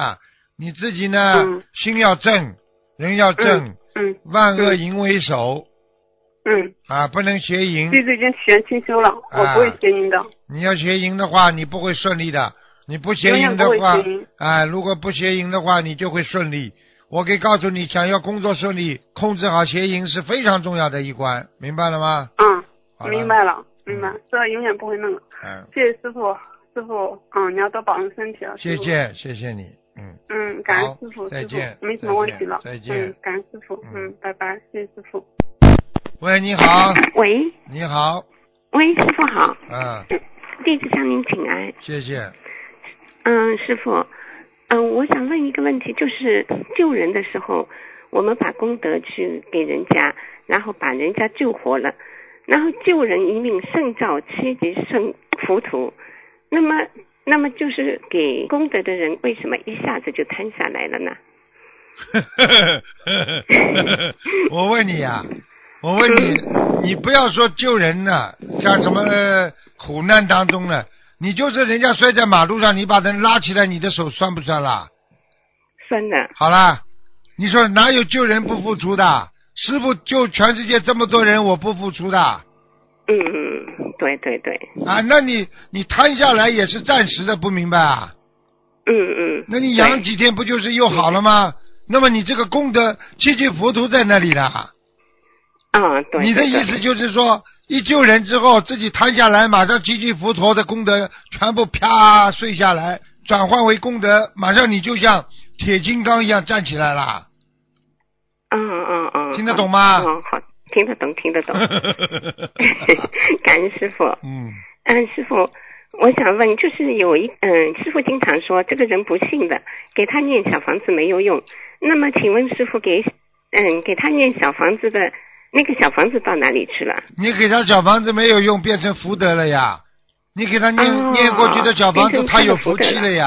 B: 你自己呢
D: 嗯
B: 心要正，人要正，
D: 嗯
B: 万恶淫为首
D: 嗯，
B: 啊，不能邪淫。
D: 弟子已经学清修了，我不会
B: 啊
D: 谐音的。
B: 你要邪淫的话，你不会顺利的。你不邪淫的
D: 永
B: 话
D: 远不会邪淫，
B: 哎，如果不邪淫的话，你就会顺利。我可以告诉你，想要工作顺利，控制好邪淫是非常重要的一关，明白了吗？
D: 嗯，
B: 好了
D: 明白了，明白
B: 嗯，
D: 这永远不会那个。
B: 嗯，
D: 谢谢师傅，师傅，嗯，你要多保重身体啊。
B: 谢
D: 师傅。
B: 谢，谢谢你，嗯。
D: 嗯，感恩
B: 好
D: 师傅，
B: 再
D: 师
B: 见
D: 傅没什么问
B: 再见
D: 题了。
B: 再见
D: 嗯，感恩师傅，
B: 嗯
D: 嗯，拜拜，谢谢师傅。
B: 喂，你好，
E: 喂
B: 你好，
E: 喂，师傅好，
B: 啊，
E: 弟子向您请安。
B: 谢谢。
E: 嗯，师傅，嗯，我想问一个问题，就是救人的时候，我们把功德去给人家，然后把人家救活了，然后救人一命胜造七级胜浮屠，那么，那么就是给功德的人，为什么一下子就摊下来了呢？
B: 我问你呀、我问你，你不要说救人呢、像什么呃苦难当中呢，你就是人家摔在马路上，你把人拉起来，你的手酸不酸啦？
E: 算了，
B: 好啦，你说哪有救人不付出的？师傅救全世界这么多人，我不付出的啊？
E: 嗯，对对对，
B: 那你你瘫下来也是暂时的，不明白啊？
E: 嗯嗯，
B: 那你养
E: 对
B: 几天不就是又好了吗？那么你这个功德七级浮屠在那里了。
E: 啊，对，
B: 你的
E: 对对
B: 意思就是说，一救人之后，自己摊下来，马上积聚佛陀的功德全部啪碎下来，转换为功德，马上你就像铁金刚一样站起来啦。
E: 嗯嗯嗯，
B: 听得懂吗
E: 嗯，好，听得懂，听 得懂。 感恩师傅。
B: 嗯，
E: 嗯，师傅，我想问，就是有一嗯，师傅经常说这个人不信的，给他念小房子没有用。那么，请问师傅给嗯给他念小房子的那个小房子到哪里去了？
B: 你给他小房子没有用，变成福德了呀。你给他念、
E: 哦
B: 念过去的小房子，
E: 变成
B: 他有
E: 福
B: 福
E: 德
B: 气
E: 了
B: 了呀。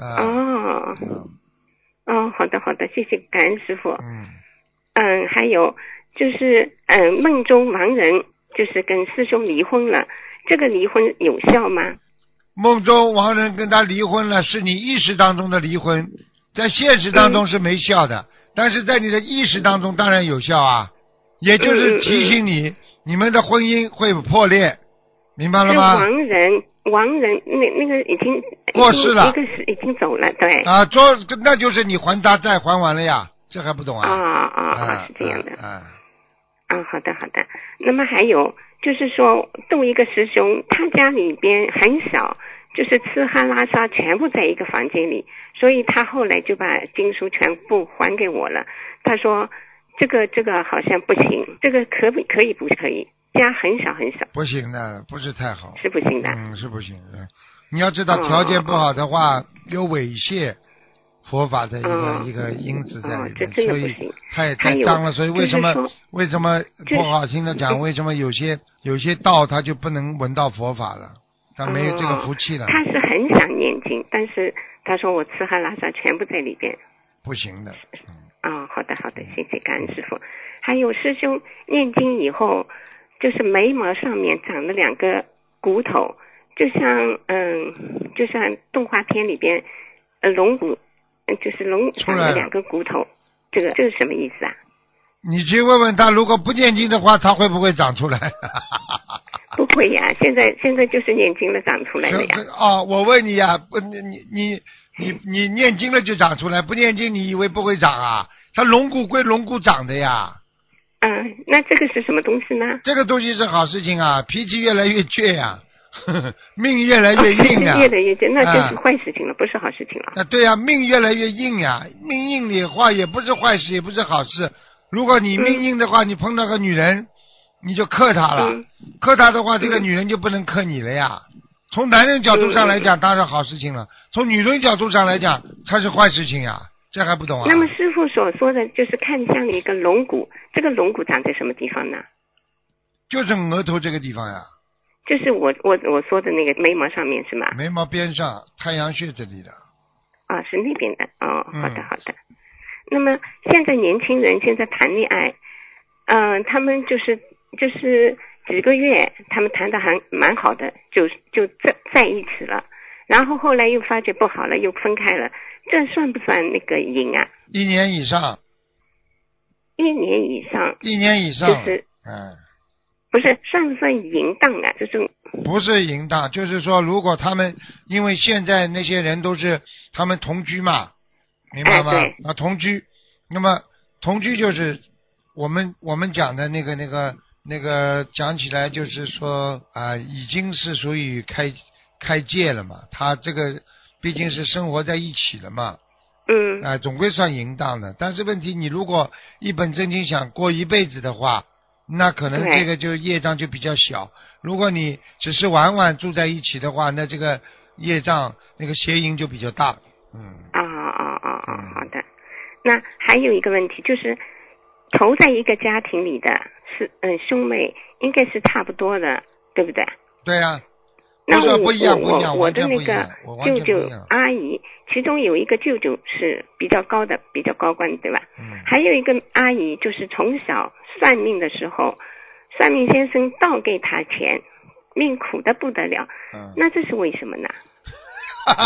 B: 啊、
E: 哦哦，好的好的，谢谢感恩师傅。
B: 嗯，
E: 嗯，还有就是嗯，梦中亡人就是跟师兄离婚了，这个离婚有效吗？
B: 梦中亡人跟他离婚了，是你意识当中的离婚，在现实当中是没
E: 嗯嗯
B: 效的，但是在你的意识当中当然有效啊。也就是提醒你，你们的婚姻会破裂，明白了吗？
E: 亡人，亡人，那那个已经
B: 过世了
E: 一个是已经走了，对。
B: 啊，这那就是你还他债还完了呀，这还不懂
E: 啊
B: 啊？
E: 啊
B: 啊
E: 啊，是这样的。
B: 啊，
E: 嗯，好的好的。那么还有就是说，斗一个师兄，他家里边很少，就是吃喝拉撒全部在一个房间里，所以他后来就把经书全部还给我了。他说这个这个好像不行，这个可不可以不可以？家很小很小，
B: 不行的，不是太好。
E: 是不行的。
B: 嗯，是不行的。你要知道，条件不好的话，有猥亵佛法的一个
E: 嗯
B: 一个因子在里
E: 哦这
B: 面，所
E: 真的不
B: 以
E: 行
B: 太
E: 还
B: 太
E: 有
B: 脏了。所以为什么
E: 就是说
B: 为什么
E: 是嗯
B: 不好听的讲，为什么有些有些道他就不能闻到佛法了，他没有这个福气了，
E: 嗯他是很想念经，但是他说我吃喝拉撒全部在里边。
B: 不行的。嗯
E: 啊、好的好的，谢谢感恩师傅。还有师兄念经以后，就是眉毛上面长了两个骨头，就像嗯，就像动画片里边呃龙骨，呃就是龙
B: 出
E: 长
B: 来了
E: 了两个骨头，这个这是什么意思啊？
B: 你去问问他，如果不念经的话，他会不会长出来？
E: 不会呀、现在现在就是念经了长出来了
B: 这
E: 呀。
B: 这 哦，我问你呀、不，你你你你你念经了就长出来，不念经你以为不会长啊？它龙骨归龙骨长的呀，
E: 嗯，那这个是什么东西呢？
B: 这个东西是好事情啊，脾气越来越倔呀、呵呵 命越来越硬啊
E: 哦， 越来越近，那就是
B: 啊
E: 坏事情了，不是好事情了。
B: 啊，对呀、命越来越硬呀、命硬的话也不是坏事，也不是好事。如果你命硬的话，你碰到个女人，你就克她了，
E: 嗯
B: 克她的话，这个女人就不能克你了呀。从男人角度上来
E: 嗯
B: 讲，当然好事情了；从女人角度上来讲，它是坏事情呀、这还不懂啊？
E: 那么师傅所说的就是看向一个龙骨，这个龙骨长在什么地方呢？
B: 就是额头这个地方呀，
E: 就是我我我说的那个眉毛上面是吗？
B: 眉毛边上太阳穴这里的。
E: 啊，是那边的。哦，
B: 嗯
E: 好的好的。那么现在年轻人现在谈恋爱，嗯、他们就是就是几个月，他们谈的还蛮好的，就就在在一起了，然后后来又发觉不好了，又分开了，这算不算那个赢啊？
B: 一年以上，
E: 一年以上
B: 一年以上，
E: 就是
B: 嗯，
E: 不是算不算淫荡啊？这种
B: 不是淫荡，就是说，如果他们因为现在那些人都是他们同居嘛，明白吗？
E: 哎
B: 啊，同居，那么同居就是我们我们讲的那个那个那个讲起来就是说啊、已经是属于开开戒了嘛，他这个毕竟是生活在一起了嘛，
E: 嗯
B: 啊、总归算淫荡的。但是问题，你如果一本正经想过一辈子的话，那可能
E: 对
B: 这个就业障就比较小。如果你只是晚晚住在一起的话，那这个业障那个邪淫就比较大。嗯，
E: 啊啊啊啊
B: 嗯！
E: 好的。那还有一个问题就是，投在一个家庭里的是嗯兄妹，应该是差不多的，对不对？
B: 对啊呀、
E: 那
B: 不是
E: 我
B: 不一样不一
E: 我
B: 样
E: 我我
B: 完
E: 的
B: 全
E: 那
B: 不一样
E: 个
B: 我完全
E: 舅
B: 不
E: 舅
B: 一样
E: 阿姨，其中有一个舅舅是比较高的，比较高官，对吧？
B: 嗯，
E: 还有一个阿姨，就是从小算命的时候，算命先生倒给她钱，命苦的不得了。
B: 嗯，
E: 那这是为什么呢？
B: 哈哈。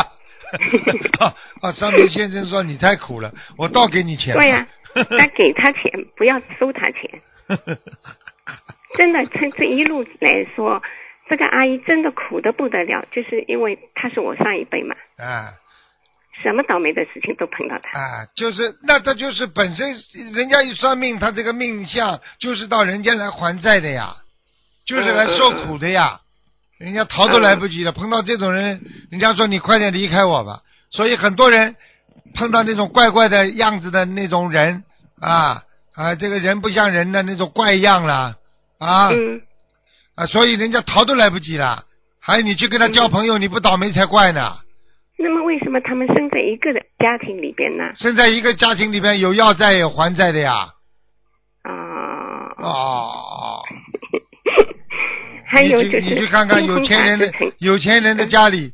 B: 啊啊！上面先生说你太苦了，我倒给你钱吧。
E: 对呀、那给他钱，不要收他钱。真的，这这一路来说，这个阿姨真的苦的不得了，就是因为她是我上一辈嘛，
B: 啊
E: 什么倒霉的事情都碰到她。
B: 啊，就是那他就是本身人家一算命，他这个命相就是到人家来还债的呀，就是来受苦的呀，人家逃都来不及了。碰到这种人，人家说你快点离开我吧。所以很多人碰到那种怪怪的样子的那种人啊啊，这个人不像人的那种怪样了啊
E: 嗯，
B: 啊，所以人家逃都来不及了。还有你去跟他交朋友，你不倒霉才怪呢。
E: 那么为什么他们生在一个的家庭里边呢？
B: 现在一个家庭里边有要债有还债的呀。
E: 啊、
B: 哦，
E: 还有
B: 你去
E: 就是
B: 你去看看
E: 天空
B: 有钱人的
E: 塔之城
B: 有钱人的家里，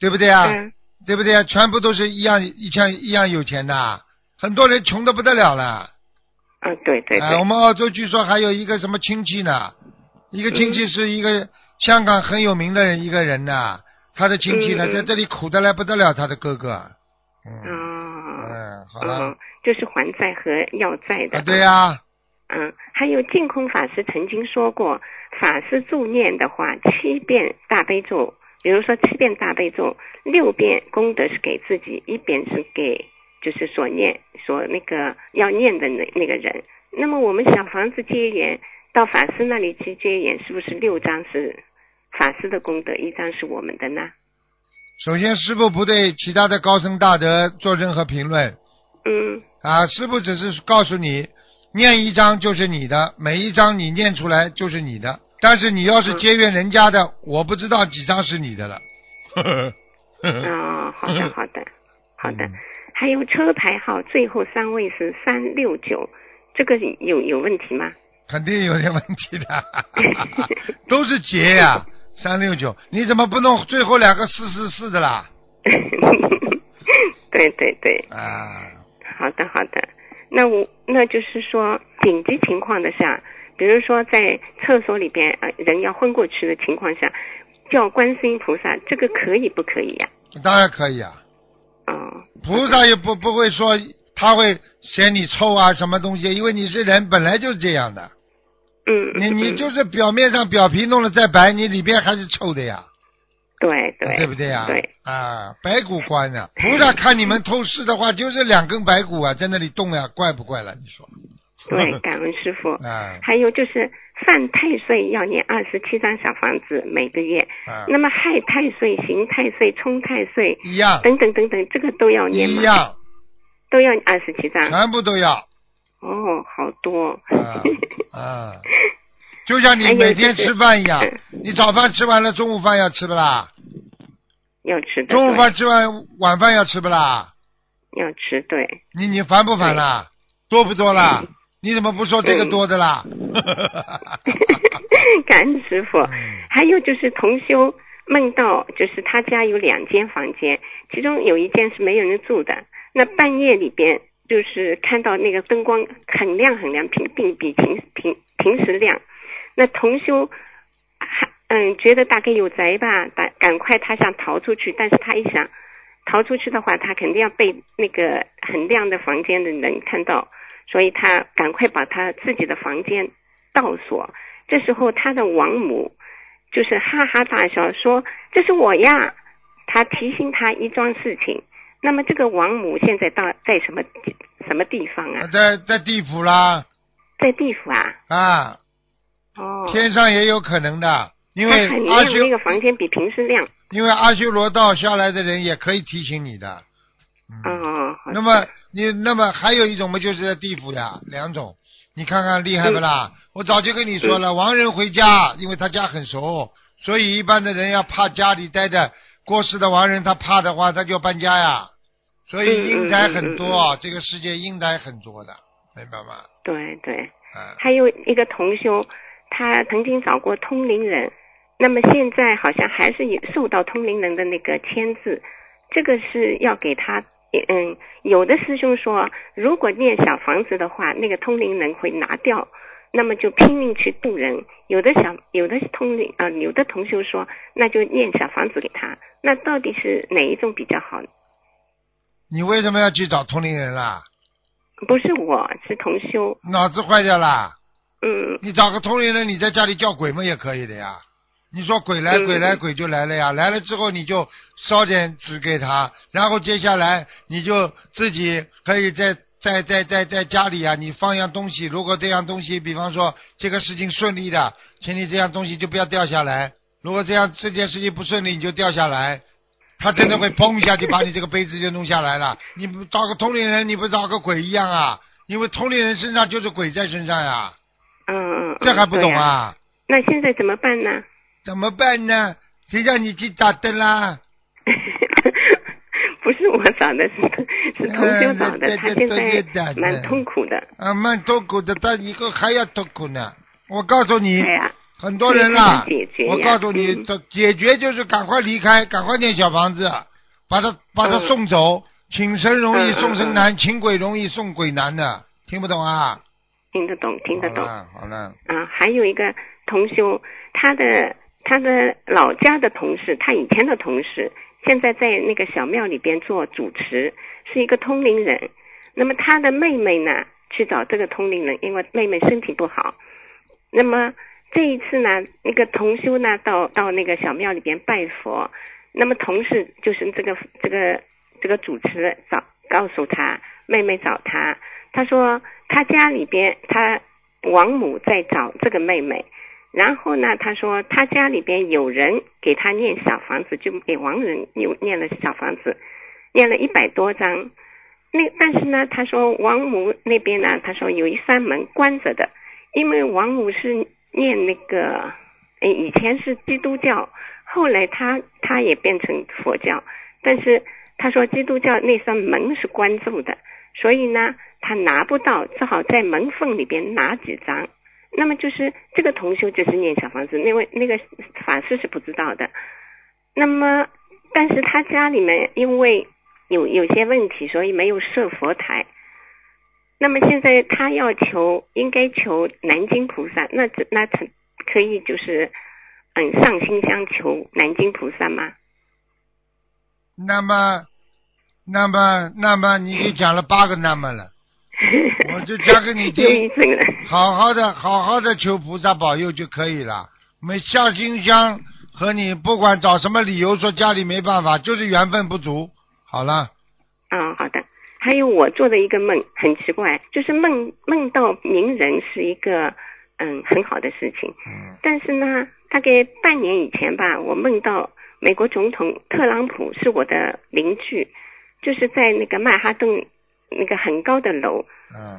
B: 对不对啊？
E: 嗯，
B: 对不对啊？全部都是一样一样一样有钱的，很多人穷的不得了了。
E: 嗯，对对对，
B: 哎，我们澳洲据说还有一个什么亲戚呢，一个亲戚
E: 嗯
B: 是一个香港很有名的人一个人呐，他的亲戚呢
E: 嗯嗯
B: 在这里苦的来不得了，他的哥哥。嗯，
E: 啊、
B: 哎，好了
E: 哦
B: 啊
E: 嗯，就是还债和要债的。
B: 啊，对呀、
E: 嗯，还有净空法师曾经说过，法师助念的话，七遍大悲咒，比如说七遍大悲咒，六遍功德是给自己，一遍是给就是所念所那个要念的那那个人。那么我们小房子结缘到法师那里去结缘，是不是六张是法师的功德，一张是我们的呢？
B: 首先，师傅不对其他的高僧大德做任何评论
E: 嗯
B: 啊，师傅只是告诉你，念一张就是你的，每一张你念出来就是你的。但是你要是结缘人家的，我不知道几张是你的了。呵呵呵
E: 哦，好的好的好的
B: 嗯。
E: 还有车牌号最后三位是三六九，这个有有问题吗？
B: 肯定有点问题的，都是结呀、三六九，你怎么不弄最后两个四四四的啦？
E: 对对对，
B: 啊，
E: 好的好的。那我那就是说紧急情况的下，比如说在厕所里边呃人要昏过去的情况下，叫观世音菩萨，这个可以不可以呀、
B: 当然可以啊，
E: 哦，
B: 菩萨也不不会说他会嫌你臭啊什么东西，因为你是人，本来就是这样的。
E: 嗯，
B: 你 你
E: 嗯
B: 就是表面上表皮弄得再白，你里边还是臭的呀，
E: 对对，
B: 不 对呀？
E: 对，
B: 啊，白骨观 呢、菩萨看你们透视的话，就是两根白骨啊，在那里动呀、怪不怪了？你说？
E: 对，感恩师傅。
B: 啊
E: 还有就是犯太岁要念二十七张小房子每个月，
B: 啊，
E: 那么害太岁、刑太岁、冲太岁
B: 一样
E: 等等等等，这个都要念
B: 嗯一
E: 吗？
B: 样，嗯
E: 都要二十七张。
B: 全部都 要。
E: 哦，好多。
B: 啊啊，就像
E: 哎
B: 你每天吃饭一样
E: 还有就，
B: 你早饭吃完了，中午饭要吃不啦？
E: 嗯要吃的，
B: 中午
E: 对
B: 饭吃完，晚饭要吃不啦？
E: 要吃，对，
B: 你你烦不烦啦？多不多啦？
E: 嗯
B: 你怎么不说这个多的啦？
E: 感恩师傅。还有就是同修梦到，就是他家有两间房间，其中有一间是没有人住的。那半夜里边就是看到那个灯光很亮很亮，平并比平平平时亮。那同修还嗯觉得大概有贼吧，赶赶快他想逃出去，但是他一想逃出去的话，他肯定要被那个很亮的房间的人看到，所以他赶快把他自己的房间倒锁。这时候他的王母就是哈哈大笑说：“这是我呀！”他提醒他一桩事情。那么这个王母现在到在什么地什么地方啊？
B: 在在地府啦
E: 在地府啊？
B: 啊，
E: 哦，
B: 天上也有可能的，因
E: 他
B: 为
E: 很
B: 阿
E: 亮，那个
B: 修
E: 房间比平时亮。
B: 因为阿修罗道下来的人也可以提醒你的。嗯，
E: 哦，好
B: 那么你那么还有一种嘛，就是在地府呀，两种，你看看厉害不啦？我早就跟你说了，亡人回家，因为他家很熟，所以一般的人要怕家里待着过世的亡人，他怕的话，他就要搬家呀。所以阴宅很多，这个世界阴宅很多的，明白吗？
E: 对对，
B: 啊，
E: 还有一个同修，他曾经找过通灵人，那么现在好像还是有受到通灵人的那个签字，这个是要给他。嗯，有的师兄说，如果念小房子的话，那个通灵人会拿掉，那么就拼命去渡人。有的小，有的通灵啊、呃有的同修说，那就念小房子给他。那到底是哪一种比较好？
B: 你为什么要去找通灵人啦？
E: 不是我，是同修。
B: 脑子坏掉啦？
E: 嗯，
B: 你找个通灵人，你在家里叫鬼嘛也可以的呀。你说鬼来
E: 嗯
B: 鬼来鬼就来了呀，来了之后你就烧点纸给他，然后接下来你就自己可以在在在在在家里啊，你放一样东西，如果这样东西，比方说这个事情顺利的，请你这样东西就不要掉下来；如果这样这件事情不顺利，你就掉下来，他真的会砰一下就把你这个杯子就弄下来了。你不找个通灵人，你不找个鬼一样啊？因为通灵人身上就是鬼在身上呀、
E: 嗯嗯，
B: 这还不
E: 对
B: 懂
E: 呀
B: 啊？
E: 那现在怎么办呢？
B: 怎么办呢？谁叫你去打灯啦？
E: 不是我找的，是是同学找
B: 哎
E: 的，他
B: 对
E: 现
B: 对对
E: 在
B: 对对
E: 蛮痛苦的。
B: 啊，蛮痛苦的，但以后还要痛苦呢。我告诉你，
E: 对哎呀，
B: 很多人啦
E: 所以这，个解决呀
B: 我告诉你
E: 嗯，
B: 这解决就是赶快离开，赶快建小房子，把他把他
E: 嗯
B: 送走。请神容易
E: 嗯嗯
B: 送神难，请鬼容易送鬼难的，听不懂啊？
E: 听得懂，听得懂
B: 好。了好了，
E: 啊，还有一个同修，他的他的老家的同事，他以前的同事，现在在那个小庙里边做主持，是一个通灵人。那么他的妹妹呢，去找这个同龄人，因为妹妹身体不好。那么这一次呢，那个同修呢，到到那个小庙里边拜佛，那么同事就是这个这个这个主持人找告诉他，妹妹找他，他说他家里边他王母在找这个妹妹，然后呢，他说他家里边有人给他念小房子，就给王人又念了小房子，念了一百多章。那但是呢，他说王母那边呢，他说有一扇门关着的，因为王母是念那个，哎，以前是基督教，后来他他也变成佛教，但是他说基督教那扇门是关住的，所以呢，他拿不到，只好在门缝里边拿几张。那么就是这个同修就是念小房子，那位那个法师是不知道的。那么，但是他家里面因为有有些问题，所以没有设佛台。那么现在他要求，应该求南京菩萨，那这那他可以就是嗯上心香求南京菩萨吗？
B: 那么，那么，那么你就讲了八个那么了，我就讲给 你听
E: 忧郁症了，
B: 好好的，好好的求菩萨保佑就可以了。没下金香和你不管找什么理由说家里没办法，就是缘分不足。好了，
E: 嗯，好的。还有我做的一个梦很奇怪，就是梦梦到名人是一个嗯很好的事情，
B: 嗯
E: 但是呢，大概半年以前吧，我梦到美国总统特朗普是我的邻居，就是在那个曼哈顿那个很高的楼，
B: 嗯，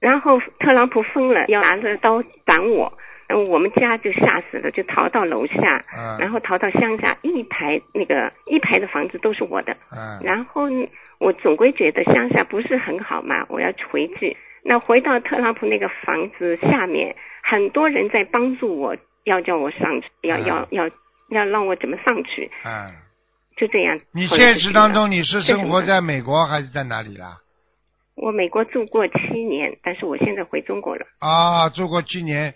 E: 然后特朗普疯了，要拿着刀斩我，然后我们家就吓死了，就逃到楼下，
B: 嗯
E: 然后逃到乡下，一排那个一排的房子都是我的，
B: 嗯
E: 然后呢我总归觉得乡下不是很好嘛，我要回去。那回到特朗普那个房子下面，很多人在帮助我，要叫我上去，要
B: 嗯
E: 要要要让我怎么上去，
B: 嗯，
E: 就这样。
B: 你现实当
E: 回去了，
B: 中你是生活在美国还是在哪里啦？
E: 我美国住过七年，但是我现在回中国了。
B: 啊，住过七年，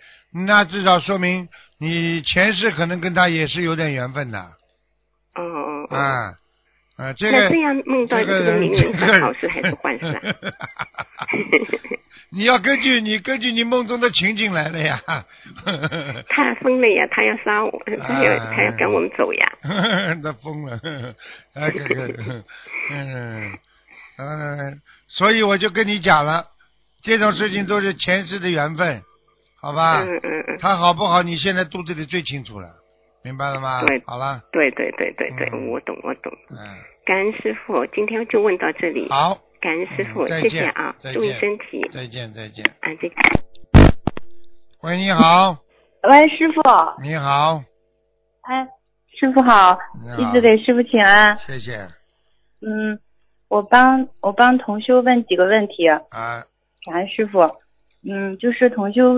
B: 那至少说明你前世可能跟他也是有点缘分的。
E: 哦哦哦。
B: 啊，啊，这
E: 那
B: 个
E: 这样梦到
B: 这
E: 这
B: 个
E: 个名
B: 人，
E: 人
B: 这个
E: 是
B: 人
E: 好事还是坏事啊？
B: 你要根据你根据你梦中的情景来的呀。
E: 他疯了呀，他要杀我，他要
B: 啊
E: 他要赶我们走呀。
B: 他疯了，哎，这个，嗯，嗯，所以我就跟你讲了，这种事情都是前世的缘分，好吧？
E: 嗯嗯嗯，
B: 啊他好不好，你现在肚子里最清楚了，明白了吗
E: 对？
B: 好了，
E: 对对对对对，
B: 嗯
E: 我懂我懂。
B: 嗯，
E: 感恩师傅，今天就问到这里。
B: 好，
E: 感恩师傅，
B: 嗯再
E: 谢
B: 见
E: 谢啊
B: 再，见
E: 注意身体。
B: 再见，再见。
E: 啊，再见。
B: 喂，你好，
F: 喂，师傅，
B: 你好，
F: 哎，师傅好，
B: 你好
F: 弟子给师傅请安。
B: 谢谢
F: 嗯，我帮我帮同修问几个问题，
B: 啊，
F: 感恩师傅。嗯，就是同修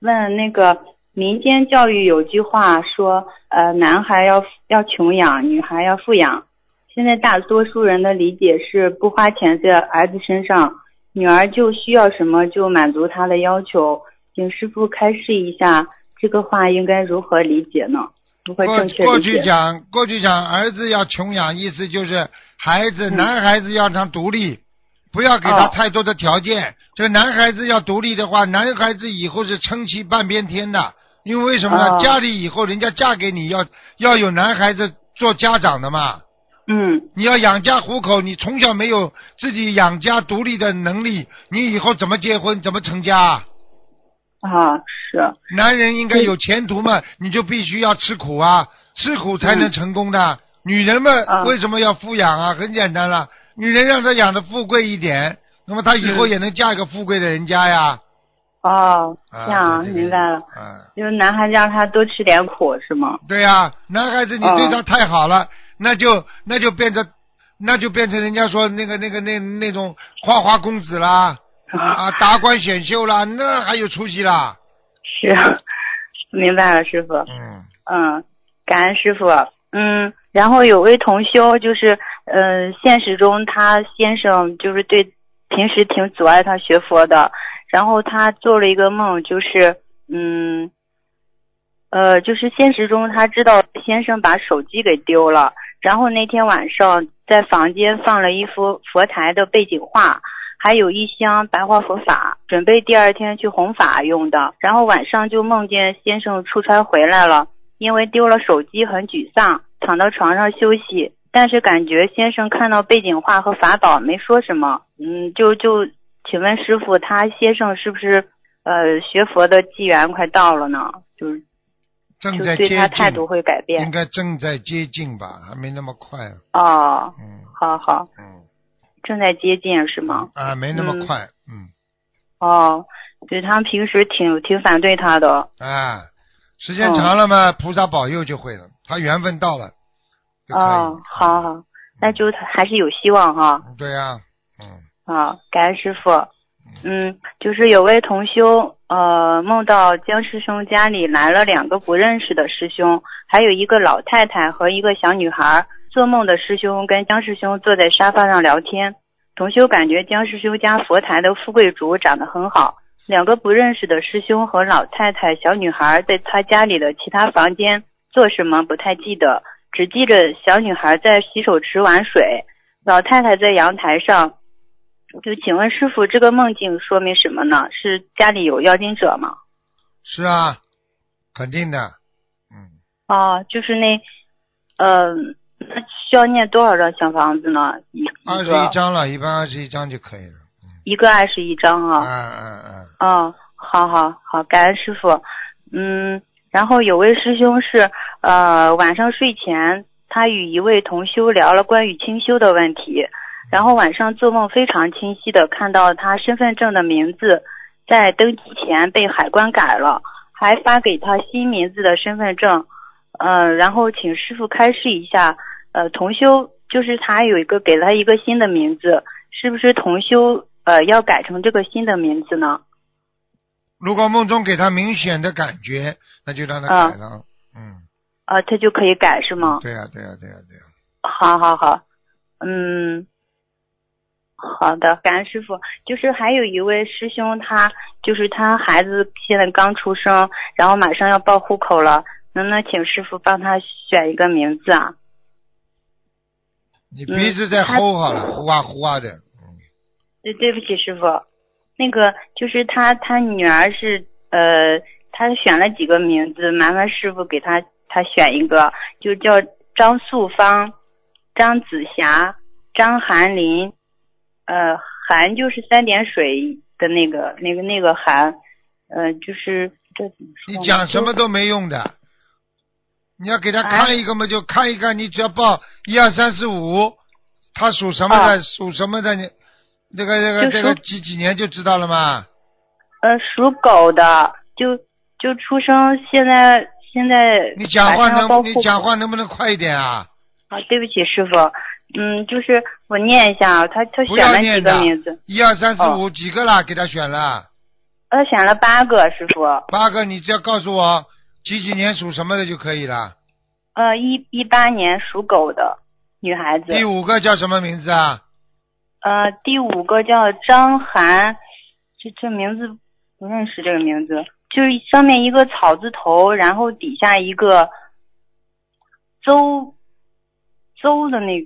F: 问那个民间教育有句话说，呃，男孩要要穷养，女孩要富养。现在大多数人的理解是不花钱在儿子身上，女儿就需要什么就满足她的要求。请师傅开示一下，这个话应该如何理解呢？如何
B: 过
F: 正确
B: 过
F: 理解？
B: 去讲，过去讲，儿子要穷养，意思就是孩子，
F: 嗯
B: 男孩子要让独立，不要给他
F: 哦
B: 太多的条件。这男孩子要独立的话，男孩子以后是撑起半边天的，因为为什么呢？
F: 哦
B: 家里以后人家嫁给你要要有男孩子做家长的嘛，
F: 嗯，
B: 你要养家糊口，你从小没有自己养家独立的能力，你以后怎么结婚，怎么成家啊？
F: 啊，是，
B: 男人应该有前途嘛，你就必须要吃苦啊，吃苦才能成功的。女人嘛，
F: 嗯啊
B: 为什么要富养啊？很简单了，女人让她养的富贵一点，那么她以
F: 嗯
B: 后也能嫁一个富贵的人家呀。
F: 哦，这
B: 啊
F: 样、
B: 就这个
F: 明白了，
B: 嗯，
F: 就是男孩子让他多吃点苦是吗？
B: 对呀、男孩子你对
F: 嗯
B: 他太好了，那就那就变成那就变成人家说那个那个那那种花花公子啦，啊，达官显秀啦，那还有出息啦。
F: 是，啊明白了，师傅，
B: 嗯，
F: 嗯，感恩师傅，嗯，然后有位同修就是，嗯、现实中他先生就是对平时挺阻碍他学佛的，然后他做了一个梦，就是，嗯。呃，就是现实中他知道先生把手机给丢了，然后那天晚上在房间放了一幅佛台的背景画，还有一箱白话佛法，准备第二天去弘法用的。然后晚上就梦见先生出差回来了，因为丢了手机很沮丧，躺到床上休息。但是感觉先生看到背景画和法宝没说什么，嗯，就就请问师傅，他先生是不是呃学佛的机缘快到了呢？就是
B: 正
F: 就
B: 在接
F: 对他
B: 近，
F: 态度会改
B: 应
F: 变
B: 该正在接近吧，还没那么快。啊
F: 哦。
B: 嗯
F: 好好，
B: 嗯
F: 正在接近是吗？
B: 啊，没那么
F: 嗯
B: 快。嗯
F: 哦，对他们平时挺挺反对他的。
B: 啊，时
F: 哦
B: 间长了嘛，菩萨保佑就会了，他缘分到了就可以。
F: 哦，好好，那就还是有希望哈。
B: 嗯。对呀、嗯
F: 啊，感恩师傅。嗯，就是有位同修，呃，梦到江师兄家里来了两个不认识的师兄，还有一个老太太和一个小女孩。做梦的师兄跟江师兄坐在沙发上聊天，同修感觉江师兄家佛台的富贵竹长得很好，两个不认识的师兄和老太太、小女孩在他家里的其他房间做什么不太记得，只记着小女孩在洗手池玩水，老太太在阳台上。就请问师傅，这个梦境说明什么呢？是家里有妖精者吗？
B: 是啊，肯定的。嗯，
F: 哦，就是那，呃，那需要念多少张小房子呢？一
B: 二十
F: 一
B: 一
F: 个
B: 章了，一般二十一章就可以了。
F: 一个二十一张啊。
B: 嗯嗯嗯，
F: 哦，好好好，感恩师傅。嗯，然后有位师兄是呃晚上睡前，他与一位同修聊了关于清修的问题，然后晚上做梦非常清晰的看到他身份证的名字在登记前被海关改了，还发给他新名字的身份证。呃，然后请师傅开示一下，呃，同修就是他有一个给了他一个新的名字，是不是同修呃要改成这个新的名字呢？
B: 如果梦中给他明显的感觉，那就让他改了。嗯，
F: 啊，他就可以改是吗？
B: 对呀、对呀、对呀、对啊
F: 嗯
B: 呀、
F: 好好好，嗯，好的，感恩师傅。就是还有一位师兄，他就是他孩子现在刚出生，然后马上要报户口了，能不能请师傅帮他选一个名字啊？
B: 你鼻子在
F: 嗯他
B: 吼好了，呼啊呼啊的。
F: 对，对不起，师傅，那个就是他，他女儿是呃，他选了几个名字，麻烦师傅给他他选一个，就叫张素芳、张紫霞、张含林，呃，含就是三点水的那个那个那个含，呃，就是这怎么说
B: 你
F: 呢？
B: 讲什么
F: 就？
B: 都没用的。你要给他
F: 啊
B: 看一个嘛，就看一看，你只要报一二三四五，他属什么的，属什么的，你这个这个
F: 啊就
B: 这个
F: 属
B: 几几年就知道了嘛。
F: 呃，属狗的，就就出生现在现在
B: 你讲话
F: 马上要报
B: 能你
F: 户口
B: 讲话能不能快一点啊？
F: 啊，对不起，师傅，嗯，就是我念一下啊，他他
B: 不
F: 选
B: 要
F: 了
B: 念
F: 几
B: 的
F: 个名字？，
B: 一二三四五
F: 哦
B: 几个啦？给他选了
F: 他呃选了八个，师傅，
B: 八个，你只要告诉我几几年属什么的就可以了。
F: 呃，一一八年属狗的女孩子，
B: 第五个叫什么名字啊？
F: 呃，第五个叫张涵，这这名字不认识这个名字，就是上面一个草字头，然后底下一个邹邹的那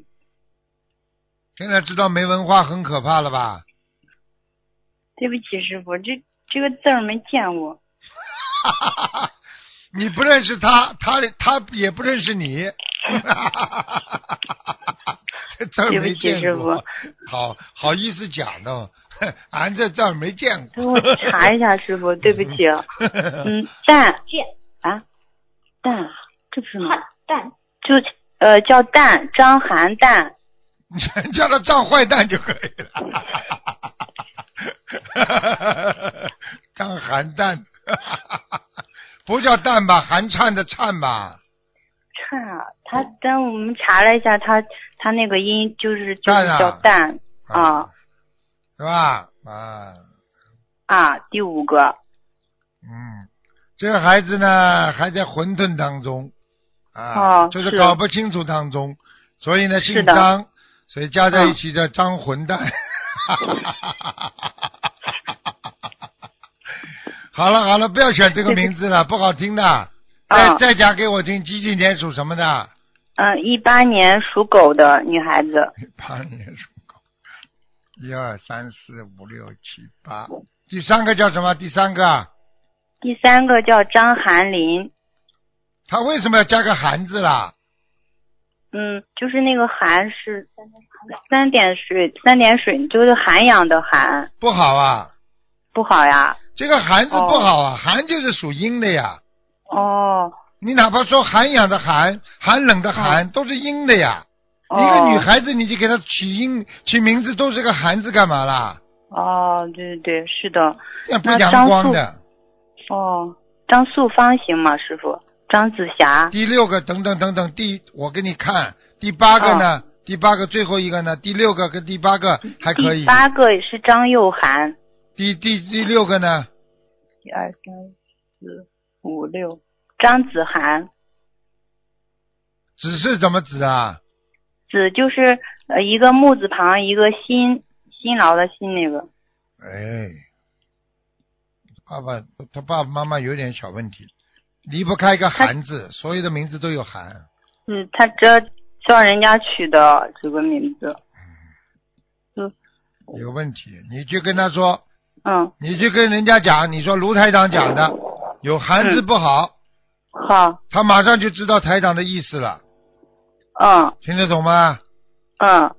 B: 现在知道没文化很可怕了吧？
F: 对不起，师傅，这这个字儿没见过，
B: 你不认识他，他他也不认识你。 这儿
F: 对不
B: 没
F: 起
B: 见
F: 师
B: 过，好好意思讲的 哦，俺这这儿没见
F: 给
B: 过。
F: 我查一下，师傅，对不起。嗯，蛋啊，蛋啊，这不是吗？
G: 蛋
F: 就呃叫蛋，张涵蛋。
B: 你叫他张坏蛋就可以 了。张寒蛋，不叫蛋吧，寒颤的颤吧，
F: 颤啊，他
B: 嗯
F: 但我们查了一下，他他那个音就是就是
B: 蛋啊
F: 叫蛋啊
B: 是吧？啊，
F: 啊，第五个
B: 嗯，这个孩子呢还在混沌当中啊，
F: 哦
B: 就是
F: 是
B: 搞不清楚当中，所以呢姓
F: 是的
B: 张，所以加在一起叫张混蛋。
F: 嗯
B: 好了好了，不要选这个名字了，不好听的。再、
F: 啊，
B: 再讲给我听，几几年属什么的？
F: 嗯，一八年属狗的女孩子，
B: 八年属狗，一二三四五六七八，第三个叫什么？第三个啊，
F: 第三个叫张含林，
B: 他为什么要加个韩字啦？
F: 嗯，就是那个涵是三点水，三点水就是涵养的涵，
B: 不好啊，
F: 不好呀。
B: 这个韩字不好啊，寒就是属阴的呀。
F: 哦，
B: 你哪怕说寒养的寒，寒冷的寒，都是阴的呀。
F: 哦
B: 一个女孩子，你就给她起阴起名字都是个寒字干嘛啦？
F: 哦，对对对，是的。
B: 那不阳光的。
F: 哦，张素芳行吗，师傅？张紫霞。
B: 第六个等等等等，第我给你看第八个
F: 哦
B: 呢？第八个最后一个呢？第六个跟第八个还可以
F: 第。八个也是张幼涵。
B: 第第第六个呢？
F: 一二三四五六。张子涵，
B: 子是怎么子啊？
F: 子就是呃一个木字旁，一个辛辛劳的辛那个。
B: 哎，爸爸他爸爸妈妈有点小问题，离不开一个寒字，所有的名字都有寒。
F: 嗯，他这叫人家取的这个名字。
B: 有问题，你去跟他说，
F: 嗯，
B: 你去跟人家讲，你说卢台长讲的有寒字不好，
F: 好，
B: 他马上就知道台长的意思了，
F: 嗯
B: 听得懂吗？
F: 嗯。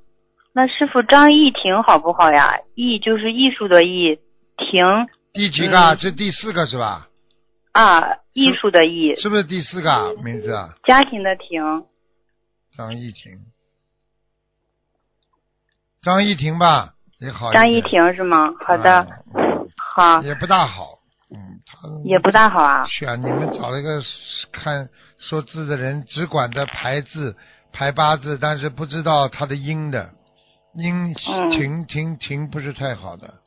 F: 那师傅张艺婷好不好呀？艺就是艺术的艺，婷
B: 第几个啊？
F: 嗯
B: 是第四个是吧？
F: 啊，艺术的艺，
B: 是不是第四个啊名字啊？
F: 家庭的庭。
B: 张艺婷，张艺婷吧，也好一点。
F: 张艺婷是吗？好的，
B: 啊嗯
F: 好，
B: 也不大好，嗯，他
F: 也不大好啊。
B: 是啊，你们找了一个看说字的人，只管着排字、排八字，但是不知道他的音的音
F: 嗯
B: 停停停不是太好的，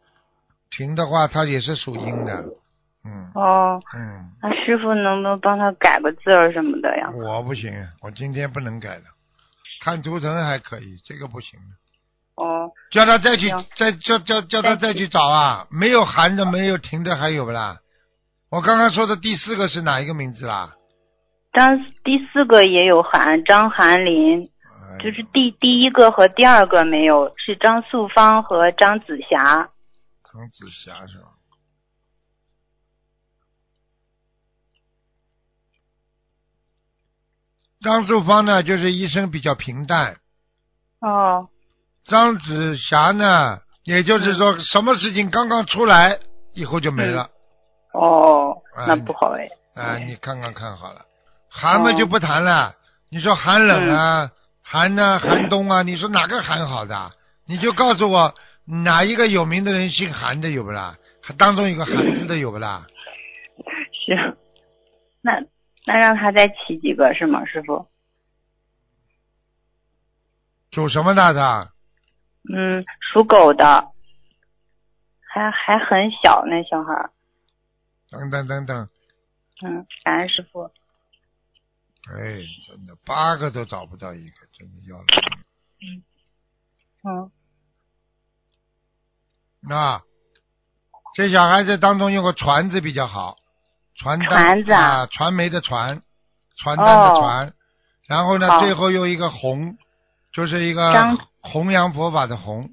B: 停的话它也是属阴的，嗯
F: 哦，
B: 嗯，
F: 那师傅能不能帮他改个字儿什么的呀？
B: 我不行，我今天不能改了，看图腾还可以，这个不行的，
F: 哦，
B: 叫他再去
F: 行
B: 再叫叫叫他
F: 再
B: 再去找啊，没有含的没有停的还有不啦？我刚刚说的第四个是哪一个名字啦？
F: 张第四个也有韩，张含林，
B: 哎
F: 就是第第一个和第二个没有，是张素芳和张紫霞。
B: 张紫霞是吧？张素芳呢，就是一生比较平淡；
F: 哦，
B: 张紫霞呢，也就是说，
F: 嗯
B: 什么事情刚刚出来以后就没了。
F: 哦
B: 哎，
F: 那不好哎。
B: 啊，
F: 嗯哦
B: 你看看看好了，寒嘛就不谈了。你说寒冷
F: 嗯
B: 啊，寒呢、寒冬啊，你说哪个寒好的？你就告诉我哪一个有名的人姓韩的有不啦？还当中有个韩字的有不啦？
F: 是，那那让他再起几个是吗，师傅？
B: 属什么的的？
F: 嗯，属狗的，还还很小那小孩儿。
B: 等等等等，
F: 嗯，感恩师傅。
B: 哎，真的八个都找不到一个，真的要了命。
F: 嗯，
B: 那这小孩子当中用个船字比较好，传单
F: 船字啊哦
B: 啊，传媒的传，传单的传，然后呢，
F: 好
B: 最后用一个弘，就是一个
F: 哦张
B: 弘扬佛法的弘，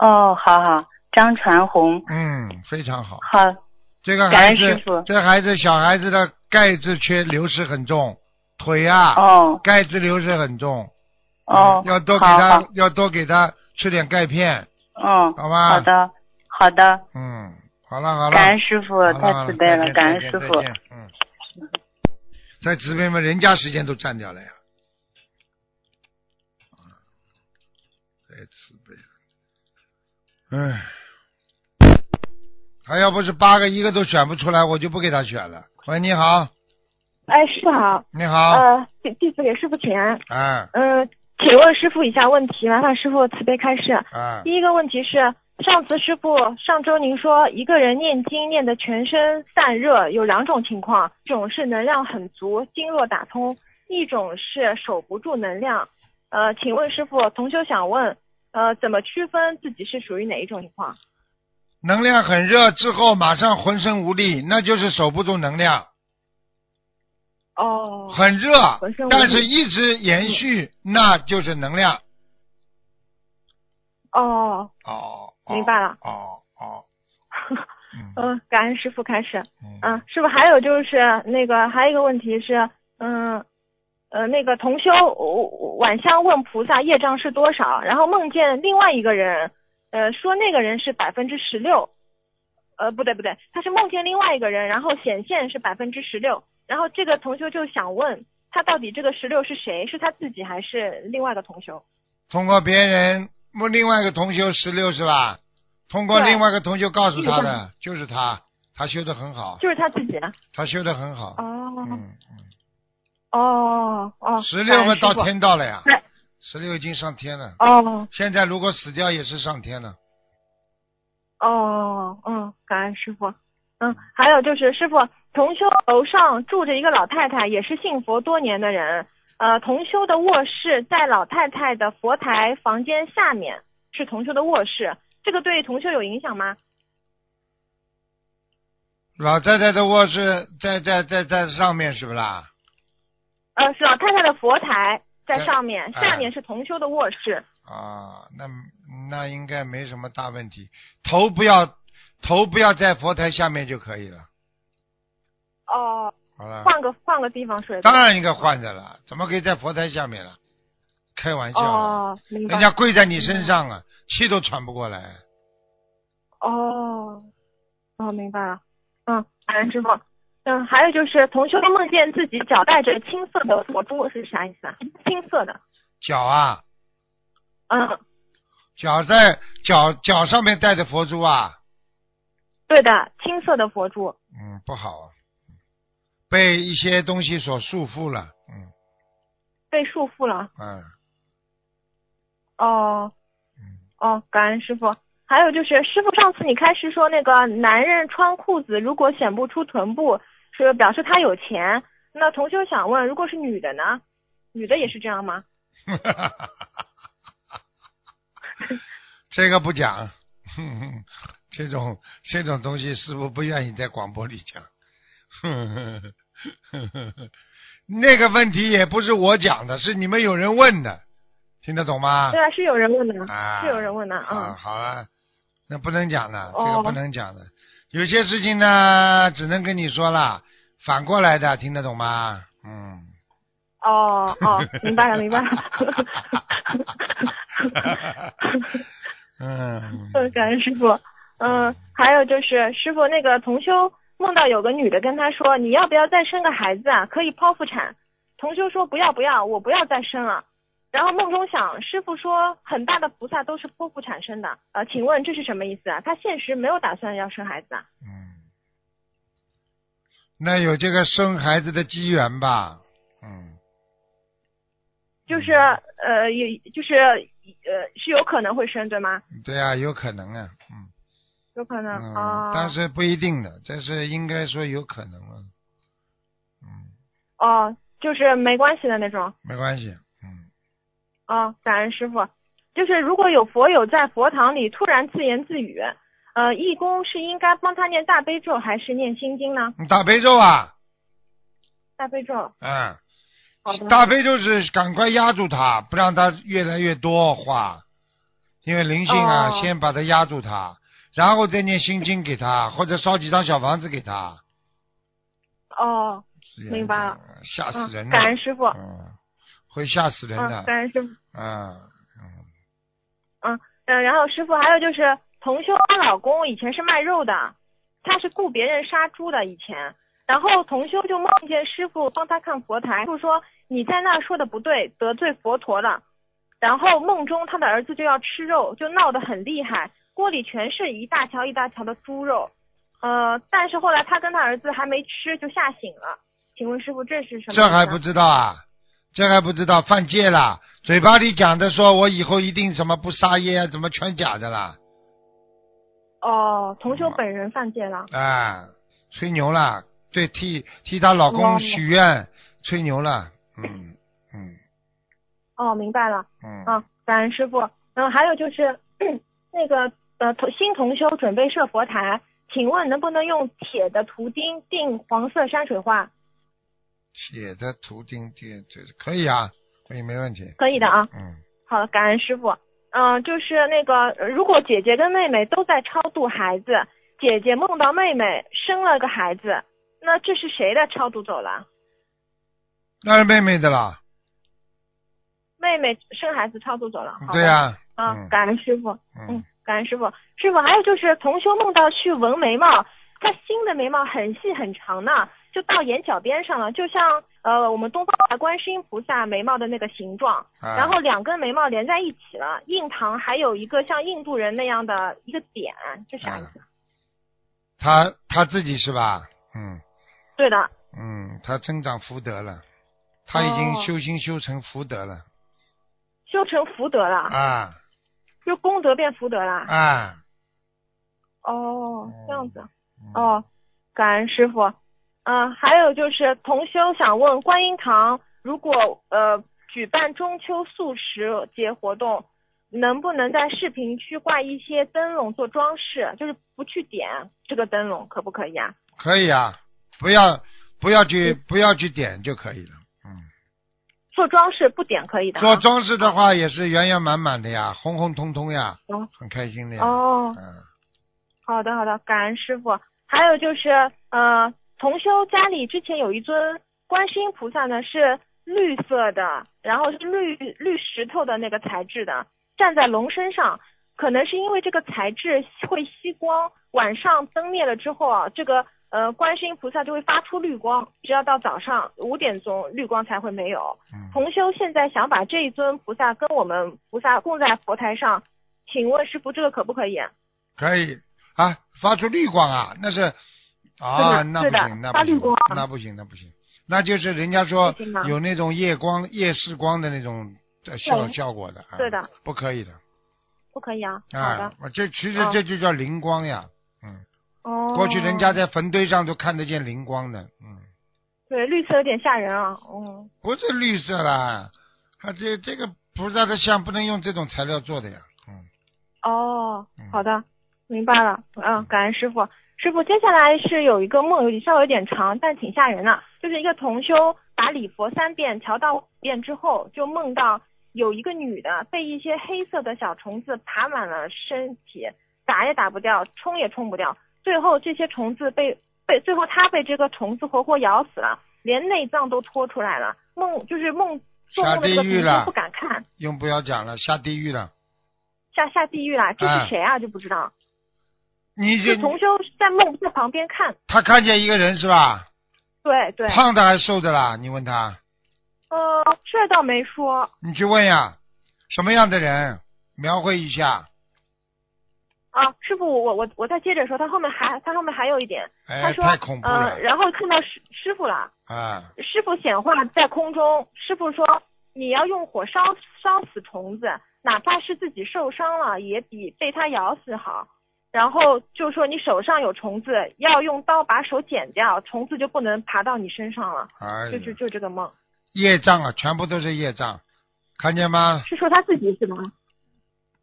F: 哦，好好，张传红，
B: 嗯，非常好。
F: 好，
B: 这个
F: 感
B: 孩
F: 恩
B: 子
F: 师父，
B: 这孩子小孩子的钙质缺流失很重，腿啊，
F: 哦
B: 钙质流失很重，
F: 哦
B: 嗯，要多给
F: 好
B: 他
F: 好，
B: 要多给他吃点钙片，
F: 嗯，
B: 好吧
F: 好的，好的，
B: 嗯，好了好了，
F: 感恩师傅
B: 好，了好
F: 太慈悲
B: 再
F: 了，
B: 见
F: 感恩
B: 再
F: 师
B: 见
F: 傅
B: 再。见嗯，在直播们人家时间都占掉了呀，哎太慈悲了，唉，他要不是八个一个都选不出来，我就不给他选了。喂，你好，
G: 哎，师傅好，
B: 你好，
G: 呃，弟弟子给师傅请安。
B: 哎
G: 嗯、请问师傅以下问题，麻烦师傅慈悲开示。
B: 哎，
G: 第一个问题是，上次师傅上周您说一个人念经念得全身散热，有两种情况，一种是能量很足，经络打通；一种是守不住能量。呃，请问师傅，同修想问，呃，怎么区分自己是属于哪一种情况？
B: 能量很热之后马上浑身无力，那就是守不住能量。
G: 哦，
B: 很热
G: 浑身，无力
B: 但是一
G: 嗯
B: 直延续，那就是能量。
G: 哦，
B: 哦，
G: 明白了。
B: 哦哦，嗯
G: 嗯，感恩师傅开始。
B: 嗯
G: 嗯，师傅还有就是那个还有一个问题是，嗯呃那个同修我晚香问菩萨业障是多少，然后梦见另外一个人，呃说那个人是百分之十六，呃不对不对，他是梦见另外一个人，然后显现是百分之十六，然后这个同修就想问他到底这个十六是谁，是他自己还是另外一个同修？
B: 通过别人，我另外一个同修十六是吧？通过
G: 对
B: 另外一个同修告诉他
G: 是
B: 的，就是他，他修的很好，
G: 就是他自己啊？
B: 他修的很好。
G: 哦、
B: 嗯，
G: 哦哦，
B: 十六个到
G: 感恩师
B: 天道了呀
G: 哎对，
B: 十六已经上天了。
G: 傅哦
B: 现在如果死掉也是上天了。
G: 哦，嗯，感恩师傅。嗯，还有就是师傅，同修楼上住着一个老太太，也是信佛多年的人。呃，同修的卧室在老太太的佛台房间下面，是同修的卧室，这个对同修有影响吗？
B: 老太太的卧室在在在在上面是不啦？
G: 呃，是老太太的佛台在
B: 对
G: 上面，
B: 哎
G: 下面是同修的卧室。
B: 啊，那那应该没什么大问题。头不要头不要在佛台下面就可以了。
G: 哦，
B: 好了，
G: 换个换个地方睡吧。
B: 哎当然应该换的了，怎么可以在佛台下面了？开玩笑的，
G: 哦，明白
B: 人。家跪在你身上啊，气都喘不过来。
G: 哦，哦，明白了。嗯，感恩师傅。嗯，还有就是同修梦见自己脚带着青色的佛珠是啥意思啊？青色的。
B: 脚啊，
G: 嗯，
B: 脚在脚脚上面带着佛珠啊，
G: 对的，青色的佛珠。
B: 嗯，不好，被一些东西所束缚了，嗯
G: 被束缚了。
B: 嗯
G: 哦，
B: 嗯，
G: 哦，感恩师傅。还有就是师傅，上次你开始说那个男人穿裤子如果显不出臀部，是表示他有钱。那同修想问，如果是女的呢？女的也是这样吗？
B: 这个不讲，哼哼，这种这种东西师傅不愿意在广播里讲。 哼哼哼哼哼那个问题也不是我讲的，是你们有人问的，听得懂吗
G: 对？啊，是有人问的，
B: 啊，
G: 是有人问的。嗯
B: 啊，好了，那不能讲了，这
G: 哦
B: 个不能讲的。有些事情呢，只能跟你说了，反过来的，听得懂吗？嗯。
G: 嗯，哦 哦，明白了，明白了。
B: 嗯。
G: 嗯，感恩师傅。嗯，还有就是师傅那个同修梦到有个女的跟他说，你要不要再生个孩子啊？可以剖腹产。同修说不要不要，我不要再生了。然后梦中想，师傅说很大的菩萨都是剖腹产生的，呃，请问这是什么意思啊？他现实没有打算要生孩子啊？
B: 嗯，那有这个生孩子的机缘吧？嗯，
G: 就是呃，也就是呃，是有可能会生对吗？
B: 对啊，有可能啊，嗯
G: 有可能
B: 嗯，
G: 啊、哦
B: 但是不一定的，但是应该说有可能啊，嗯，
G: 哦，就是没关系的那种。
B: 没关系，嗯，
G: 哦，感恩师傅。就是如果有佛友在佛堂里突然自言自语，呃，义工是应该帮他念大悲咒还是念心经呢？
B: 你大悲咒啊，
G: 大悲咒。
B: 嗯，
G: 好的。
B: 大悲咒是赶快压住它，不让它越来越多话，因为灵性啊，
G: 哦
B: 先把它压住它，然后再念心经给他，或者烧几张小房子给他，
G: 哦，明白了，
B: 吓
G: 嗯
B: 死人，了，
G: 感恩师傅。
B: 嗯，会吓死人
G: 嗯，
B: 的。
G: 感恩师傅。
B: 嗯，
G: 嗯，然后师傅还有就是，同修她老公以前是卖肉的，他是雇别人杀猪的以前，然后同修就梦见师傅帮他看佛台，就说你在那说的不对，得罪佛陀了。然后梦中他的儿子就要吃肉，就闹得很厉害，锅里全是一大条一大条的猪肉。呃，但是后来他跟他儿子还没吃就吓醒了。请问师傅这是什么意思啊？
B: 这还不知道啊？这还不知道犯戒啦？嘴巴里讲的说我以后一定什么不杀业啊，怎么全假的啦？
G: 哦，同修本人犯戒了。
B: 啊，吹牛啦！对，替替她老公许愿，吹牛了。嗯嗯
G: 哦，明白了。
B: 嗯
G: 啊，感恩师傅。嗯，还有就是那个呃，同新同修准备设佛台，请问能不能用铁的图钉钉黄色山水画？
B: 写的图钉钉这可以啊，可以没问题。
G: 可以的啊。
B: 嗯，
G: 好，感恩师傅。嗯、就是那个，呃如果姐姐跟妹妹都在超度孩子，姐姐梦到妹妹生了个孩子，那这是谁的超度走了？
B: 那是妹妹的啦，
G: 妹妹生孩子超度走了。好的
B: 对呀、
G: 啊，
B: 嗯
G: 感恩师傅，
B: 嗯
G: 嗯，感恩师傅。师傅，还有就是同修梦到去纹眉毛，他新的眉毛很细很长呢，就到眼角边上了，就像呃我们东方的观世音菩萨眉毛的那个形状，
B: 啊
G: 然后两根眉毛连在一起了，印堂还有一个像印度人那样的一个点，这啥意思？
B: 嗯她她自己是吧？嗯
G: 对的，
B: 嗯，她增长福德了，她已经
G: 哦
B: 修心修成福德了、
G: 修成福德了，
B: 啊
G: 就功德变福德了。
B: 啊！
G: 哦，这样子。
B: 嗯，
G: 哦，感恩师傅。嗯、还有就是同修想问，观音堂如果呃举办中秋素食节活动，能不能在视频区挂一些灯笼做装饰？啊就是不去点这个灯笼，可不可以啊？
B: 可以啊，不要不要去
G: 嗯
B: 不要去点就可以了。嗯，
G: 做装饰不点可以的啊。
B: 做装饰的话也是圆圆满满的呀，红红彤彤呀，
G: 哦
B: 很开心的呀。
G: 哦，
B: 嗯，
G: 好的好的，感恩师傅。还有就是呃，同修家里之前有一尊观世音菩萨呢，是绿色的，然后是绿绿石头的那个材质的，站在龙身上。可能是因为这个材质会吸光，晚上灯灭了之后啊，这个呃观世音菩萨就会发出绿光，直要到早上五点钟绿光才会没有。
B: 嗯
G: 同修现在想把这一尊菩萨跟我们菩萨供在佛台上，请问师傅这个可不可以啊？
B: 可以啊，发出绿光啊，那是啊，
G: 是的
B: 那
G: 是
B: 不
G: 的
B: 行，那
G: 发
B: 不
G: 绿
B: 行
G: 光，啊
B: 那不行，那不行，那就是人家说
G: 不行吗
B: 有那种夜光、夜视光的那种呃效
G: 对
B: 效果的，啊
G: 对的，
B: 不可以的
G: 不可以啊。好的
B: 啊。，我这其实
G: 哦
B: 这就叫灵光呀，嗯，
G: 哦，
B: 过去人家在坟堆上都看得见灵光的，嗯，
G: 对绿色有点吓人啊，嗯，
B: 不是绿色啦，它这这个菩萨的像不能用这种材料做的呀，嗯，
G: 哦
B: 嗯，
G: 好的，明白了，嗯，感恩师傅。师傅，接下来是有一个梦，有点稍微有点长，但挺吓人的、就是一个同修把礼佛三遍调到五遍之后，就梦到有一个女的被一些黑色的小虫子爬满了身体，打也打不掉，冲也冲不掉，最后这些虫子被被最后她被这个虫子活活咬死了，连内脏都拖出来了。梦就是梦做梦的这
B: 下地
G: 个同
B: 狱了
G: 修不敢看，
B: 用不要讲了，下地狱了，
G: 下下地狱啦，这
B: 哎
G: 是谁啊？就不知道。
B: 你
G: 就
B: 这
G: 同修在梦在旁边看，
B: 他看见一个人是吧？
G: 对对，
B: 胖的还是瘦的啦？你问他。
G: 呃，这倒没说，
B: 你去问呀，什么样的人？描绘一下。
G: 啊，师傅，我我我再接着说，他后面还他后面还有一点，
B: 哎
G: 他，说，
B: 太恐怖
G: 呃，
B: 了
G: 然后看到师师傅了，
B: 啊！
G: 师傅显化在空中，师傅说你要用火烧烧死虫子，哪怕是自己受伤了，也比被它咬死好。然后就说你手上有虫子，要用刀把手剪掉，虫子就不能爬到你身上了。
B: 哎
G: 就
B: 呀，
G: 就就这个梦，
B: 业障啊，全部都是业障，看见吗？
G: 是说他自己是吗？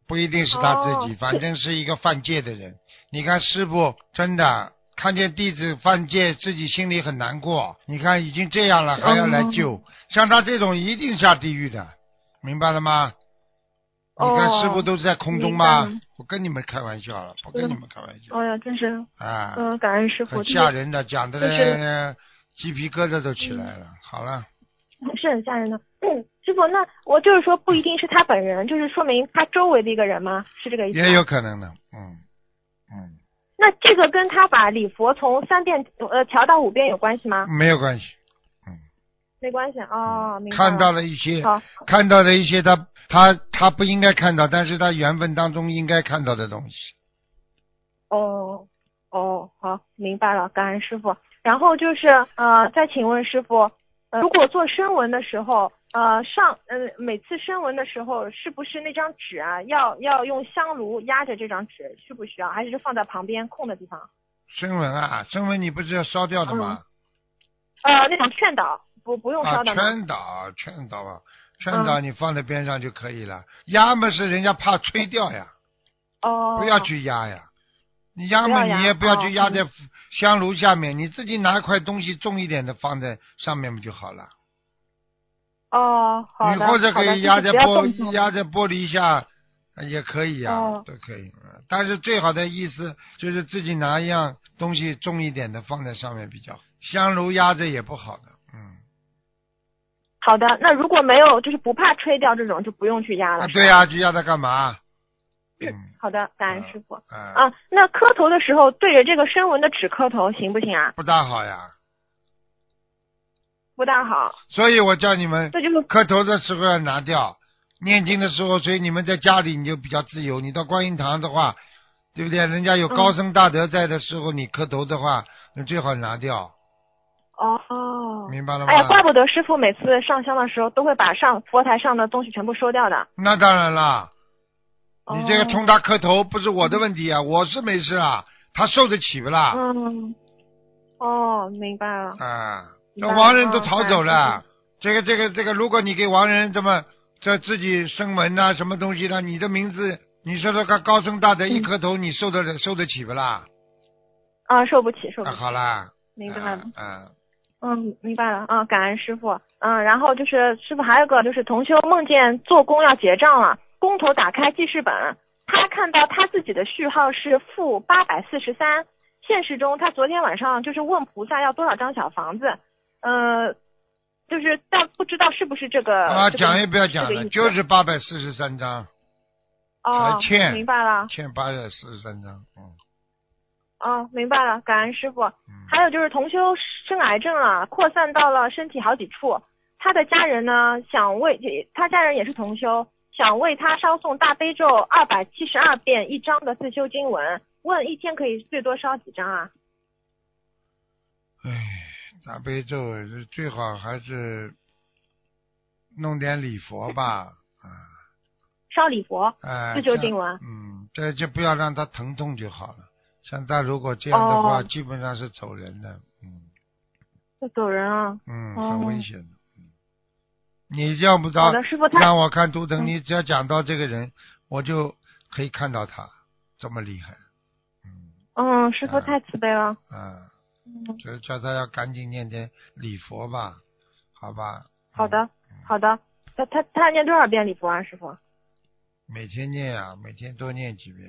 B: 不一定是他自己，
G: 哦
B: 反正是一个犯戒的人。你看师傅真的看见弟子犯戒，自己心里很难过。你看已经这样
G: 嗯
B: 了，还要来救，像他这种一定下地狱的，明白了吗？你看
G: 哦
B: 师傅都是在空中吗
G: 明白了？
B: 我跟你们开玩笑了，不跟你们开玩笑
G: 哎呀，真是，
B: 啊！
G: 嗯，感恩师傅，
B: 很
G: 这
B: 吓
G: 个
B: 人的，讲的
G: 就
B: 人鸡皮疙瘩都起来
G: 嗯
B: 了。好了，
G: 是很吓人的。嗯师傅，那我就是说，不一定是他本人，就是说明他周围的一个人吗？是这个意思？
B: 也有。可能的，嗯嗯，
G: 那这个跟他把礼佛从三遍呃调到五遍有关系吗？
B: 没有关系。
G: 没关系哦，明
B: 嗯
G: 白
B: 看到
G: 了。
B: 了一些，
G: 好，
B: 看到了一些他他他不应该看到，但是他缘分当中应该看到的东西。
G: 哦哦，好，明白了，感恩师傅。然后就是呃，再请问师傅，呃，如果做声纹的时候，呃，上呃每次声纹的时候，是不是那张纸啊，要要用香炉压着这张纸，需不需要？还是就放在旁边空的地方？
B: 声纹啊，声纹你不是要烧掉的吗？
G: 呃，那种劝导，不嗯不用
B: 啊，
G: 烧的吗？嗯
B: 劝导劝导啊，劝导你放在边上就可以了。压嘛是人家怕吹掉呀，
G: 哦，
B: 不要去压呀。你压嘛，
G: 不要压
B: 你也不要去
G: 哦
B: 压在香炉下面，你自己拿一块东西重一点的放在上面不就好了？
G: 哦，好
B: 你
G: 的，
B: 或者可以压在
G: 哦好的
B: 玻
G: 就是不要动它
B: 压在玻璃下，也可以呀、
G: 哦
B: 都可以。嗯但是最好的意思就是自己拿一样东西重一点的放在上面比较好，香炉压着也不好的，嗯。
G: 好的，那如果没有就是不怕吹掉这种，就不用去压了。
B: 啊，
G: 是吧
B: 对呀、就压它干嘛？嗯，
G: 好的，感恩
B: 嗯
G: 师傅。
B: 啊，
G: 啊，那磕头的时候对着这个声纹的纸磕头行不行啊？
B: 不大好呀。
G: 不大好，
B: 所以我叫你们
G: 这就是
B: 磕头的时候要拿掉，念经的时候，所以你们在家里你就比较自由。你到观音堂的话，对不对？人家有
G: 嗯
B: 高僧大德在的时候，你磕头的话，那最好拿掉，
G: 哦。
B: 明白了吗？
G: 哎呀，怪不得师傅每次上香的时候都会把上佛台上的东西全部收掉的。
B: 那当然啦，你这个
G: 哦
B: 冲他磕头不是我的问题啊，我是没事啊，他受得起不啦？
G: 嗯。哦，明白了。
B: 啊，那
G: 明白
B: 亡人
G: 了
B: 都
G: 嗯
B: 逃走
G: 哎
B: 了，这个这个这个，如果你给亡人这么这自己声纹呐、什么东西的，你的名字，你说说看，高僧大德
G: 嗯
B: 一磕头，你受得了受得起不啦？
G: 啊，受不起，受不
B: 啊，
G: 起。
B: 好啦，
G: 明白了。
B: 啊啊
G: 嗯，明白了。啊，感恩师傅。嗯，然后就是师傅还有个就是同修梦见做工要结账了，工头打开记事本，他看到他自己的序号是负八百四十三。现实中，他昨天晚上就是问菩萨要多少张小房子，呃，就是但不知道是不是这个
B: 啊，
G: 呃这个
B: 讲也不要
G: 这
B: 讲
G: 个意
B: 了，
G: 思
B: 就是八百四十三张，
G: 哦
B: 还，欠
G: 明白了，
B: 欠八百四十三张，嗯
G: 哦，明白了，感恩师傅。
B: 嗯，
G: 还有就是同修生癌症啊，扩散到了身体好几处。他的家人呢，想为他家人也是同修，想为他烧送大悲咒二百七十二遍一张的自修经文，问一天可以最多烧几张啊？
B: 哎，大悲咒最好还是弄点礼 佛吧，啊。
G: 烧礼佛，
B: 哎，
G: 自求
B: 这样
G: 定文
B: 嗯，这就不要让他疼痛就好了。像他如果这样的话，
G: 哦
B: 基本上是走人的，嗯
G: 要走人啊！
B: 嗯，
G: 哦
B: 很危险的。嗯你要不
G: 好
B: 着
G: 的，师傅他嗯
B: 让我看图腾，你只要讲到这个人，我就可以看到他这么厉害，嗯
G: 嗯，师傅太慈悲了。
B: 啊，
G: 嗯，
B: 所以叫他要赶紧念点礼佛吧，好吧？
G: 好的
B: 嗯，
G: 好的。他他他要念多少遍礼佛啊，师傅？
B: 每天念啊，每天多念几遍，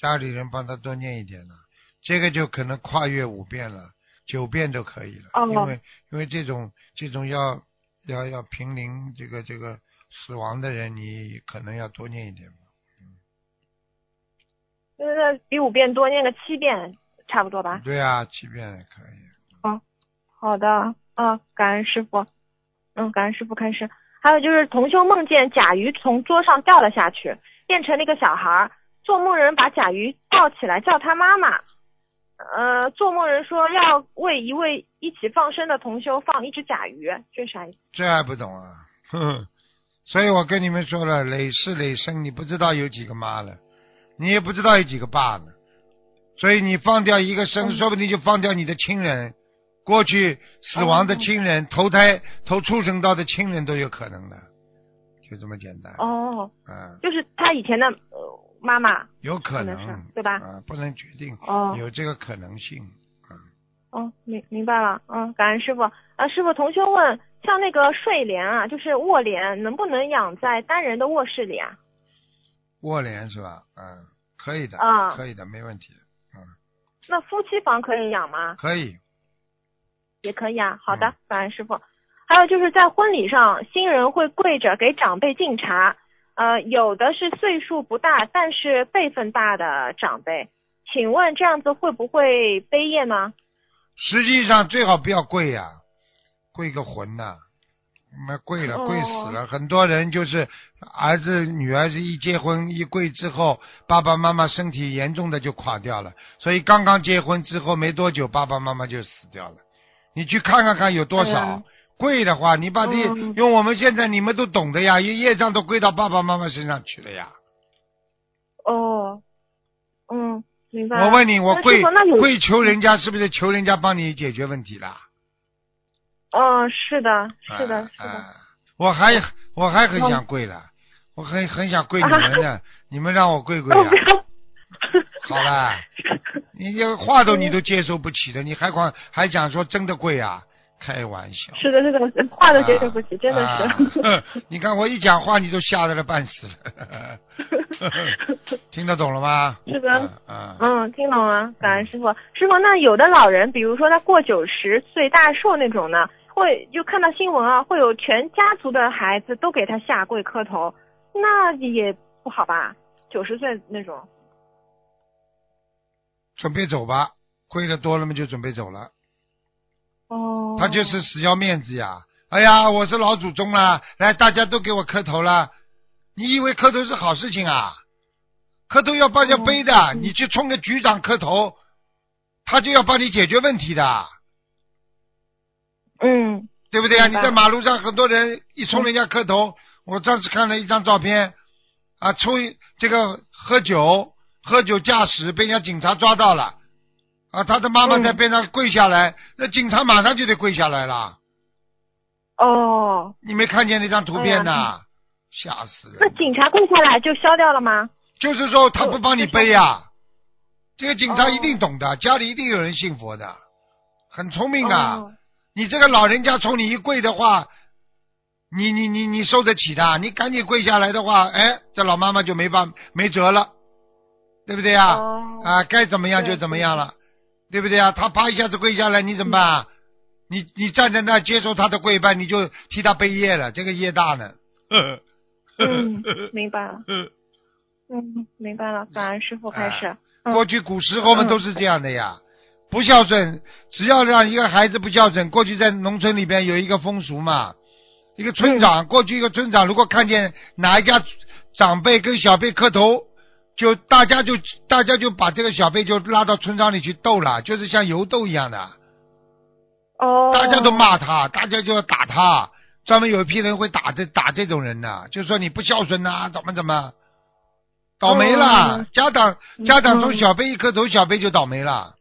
B: 家里人帮他多念一点呢、这个就可能跨越五遍了，九遍都可以了，
G: 哦
B: 因为因为这种这种要要要濒临这个这个死亡的人，你可能要多念一点吧。
G: 那那呃比五遍多，念个七遍差不多吧？
B: 对啊，七遍也可以。
G: 好的，啊，感恩师傅，嗯，感恩师傅开始。还有就是同修梦见甲鱼从桌上掉了下去，变成了一个小孩儿。做梦人把甲鱼抱起来叫他妈妈。呃，做梦人说要为一位一起放生的同修放一只甲鱼，这是啥意思？
B: 这还不懂 啊？哼，所以我跟你们说了，累世累生，你不知道有几个妈了，你也不知道有几个爸了，所以你放掉一个
G: 嗯
B: 生，说不定就放掉你的亲人，过去死亡的亲
G: 嗯
B: 人、投胎投畜生道的亲人都有可能的，就这么简单。
G: 哦，
B: 嗯，
G: 就是他以前的、呃、妈妈。
B: 有可
G: 可
B: 能
G: 能是，对吧
B: 啊，不能决定，
G: 哦
B: 有这个可能性。
G: 哦，明明白了，嗯，感恩师傅。啊，师傅，同修问，像那个睡莲啊，就是卧莲，能不能养在单人的卧室里啊？
B: 卧莲是吧？嗯，可以的，
G: 啊
B: 可以的，没问题，
G: 那夫妻房可以养吗？
B: 可以。
G: 也可以啊。好
B: 嗯
G: 的，感恩师傅。还有就是在婚礼上，新人会跪着给长辈敬茶，呃，有的是岁数不大，但是辈分大的长辈，请问这样子会不会悲业呢？
B: 实际上最好不要跪呀、跪个魂呐、妈跪了，
G: 哦
B: 跪死了。很多人就是儿子、女儿是一结婚一跪之后，爸爸妈妈身体严重的就垮掉了。所以刚刚结婚之后没多久，爸爸妈妈就死掉了。你去看看看有多少、
G: 哎呀
B: 跪的话，你把这、
G: 嗯
B: 用我们现在你们都懂的呀，业业障都归到爸爸妈妈身上去了呀。
G: 哦，嗯，明白了。
B: 我问你，我
G: 那
B: 跪
G: 师傅那有
B: 跪求人家是不是求人家帮你解决问题啦？
G: 嗯、是的，是的，
B: 啊
G: 是的。嗯
B: 啊我还我还很想跪了，我很很想跪你们呢，你们让我跪跪
G: 哦，
B: 啊
G: 不， 要。
B: 好 啦，你这个话都你都接受不起的，你还管还想说真的跪啊？开玩笑。
G: 是的，是的，话都接受不起，真的 是。
B: 啊你看我一讲话你都吓得了半死 了，听得懂了吗？
G: 是的
B: 啊啊，
G: 嗯，听懂了，感恩师傅。师傅，那有的老人，比如说他过九十岁大寿那种呢，会就看到新闻啊，会有全家族的孩子都给他下跪磕头，那也不好吧？九十岁那种，
B: 准备走吧，亏的多了嘛就准备走了，
G: 哦，
B: 他就是死要面子呀。哎呀，我是老祖宗啦，来大家都给我磕头啦，你以为磕头是好事情啊？磕头要帮人家背的，
G: 哦嗯
B: 你去冲个局长磕头，他就要帮你解决问题的。
G: 嗯，
B: 对不对啊？你
G: 明白
B: 在马路上很多人一冲人家磕头，我上次看了一张照片，啊，冲这个喝酒喝酒驾驶被人家警察抓到了，啊，他的妈
G: 嗯
B: 妈在边上跪下来，那警察马上就得跪下来了。
G: 哦，
B: 你没看见那张图片呐、
G: 哎
B: 吓死人
G: 那
B: 了！
G: 警察跪下来就消掉了吗？
B: 就是说他不帮你背呀、这个警察
G: 哦
B: 一定懂的，家里一定有人信佛的，很聪明啊。
G: 哦
B: 你这个老人家冲你一跪的话，你你你你受得起的，你赶紧跪下来的话，哎，这老妈妈就没办没辙了，对不对呀、啊？
G: 哦，
B: 该怎么样就
G: 对
B: 怎么样了，对不对呀、啊？他啪一下子跪下来，你怎么办、啊？你你站在那儿接受他的跪拜，你就替他背业了，这个业大 呢。
G: 嗯，明白了， 嗯，明白了，感恩师傅开始，嗯
B: 啊过去古时候们都是这样的呀，不孝顺，只要让一个孩子不孝顺，过去在农村里边有一个风俗嘛，一个村长，过去一个村长如果看见哪一家长辈跟小辈磕头，就大家就大家就把这个小辈就拉到村庄里去斗了，就是像游斗一样的，
G: 哦，
B: 大家都骂他，大家就要打他，专门有一批人会打这打这种人呐、就说你不孝顺呐、怎么怎么。倒霉了，
G: 嗯
B: 家长家长从
G: 嗯
B: 小辈一磕头，小辈就倒霉了。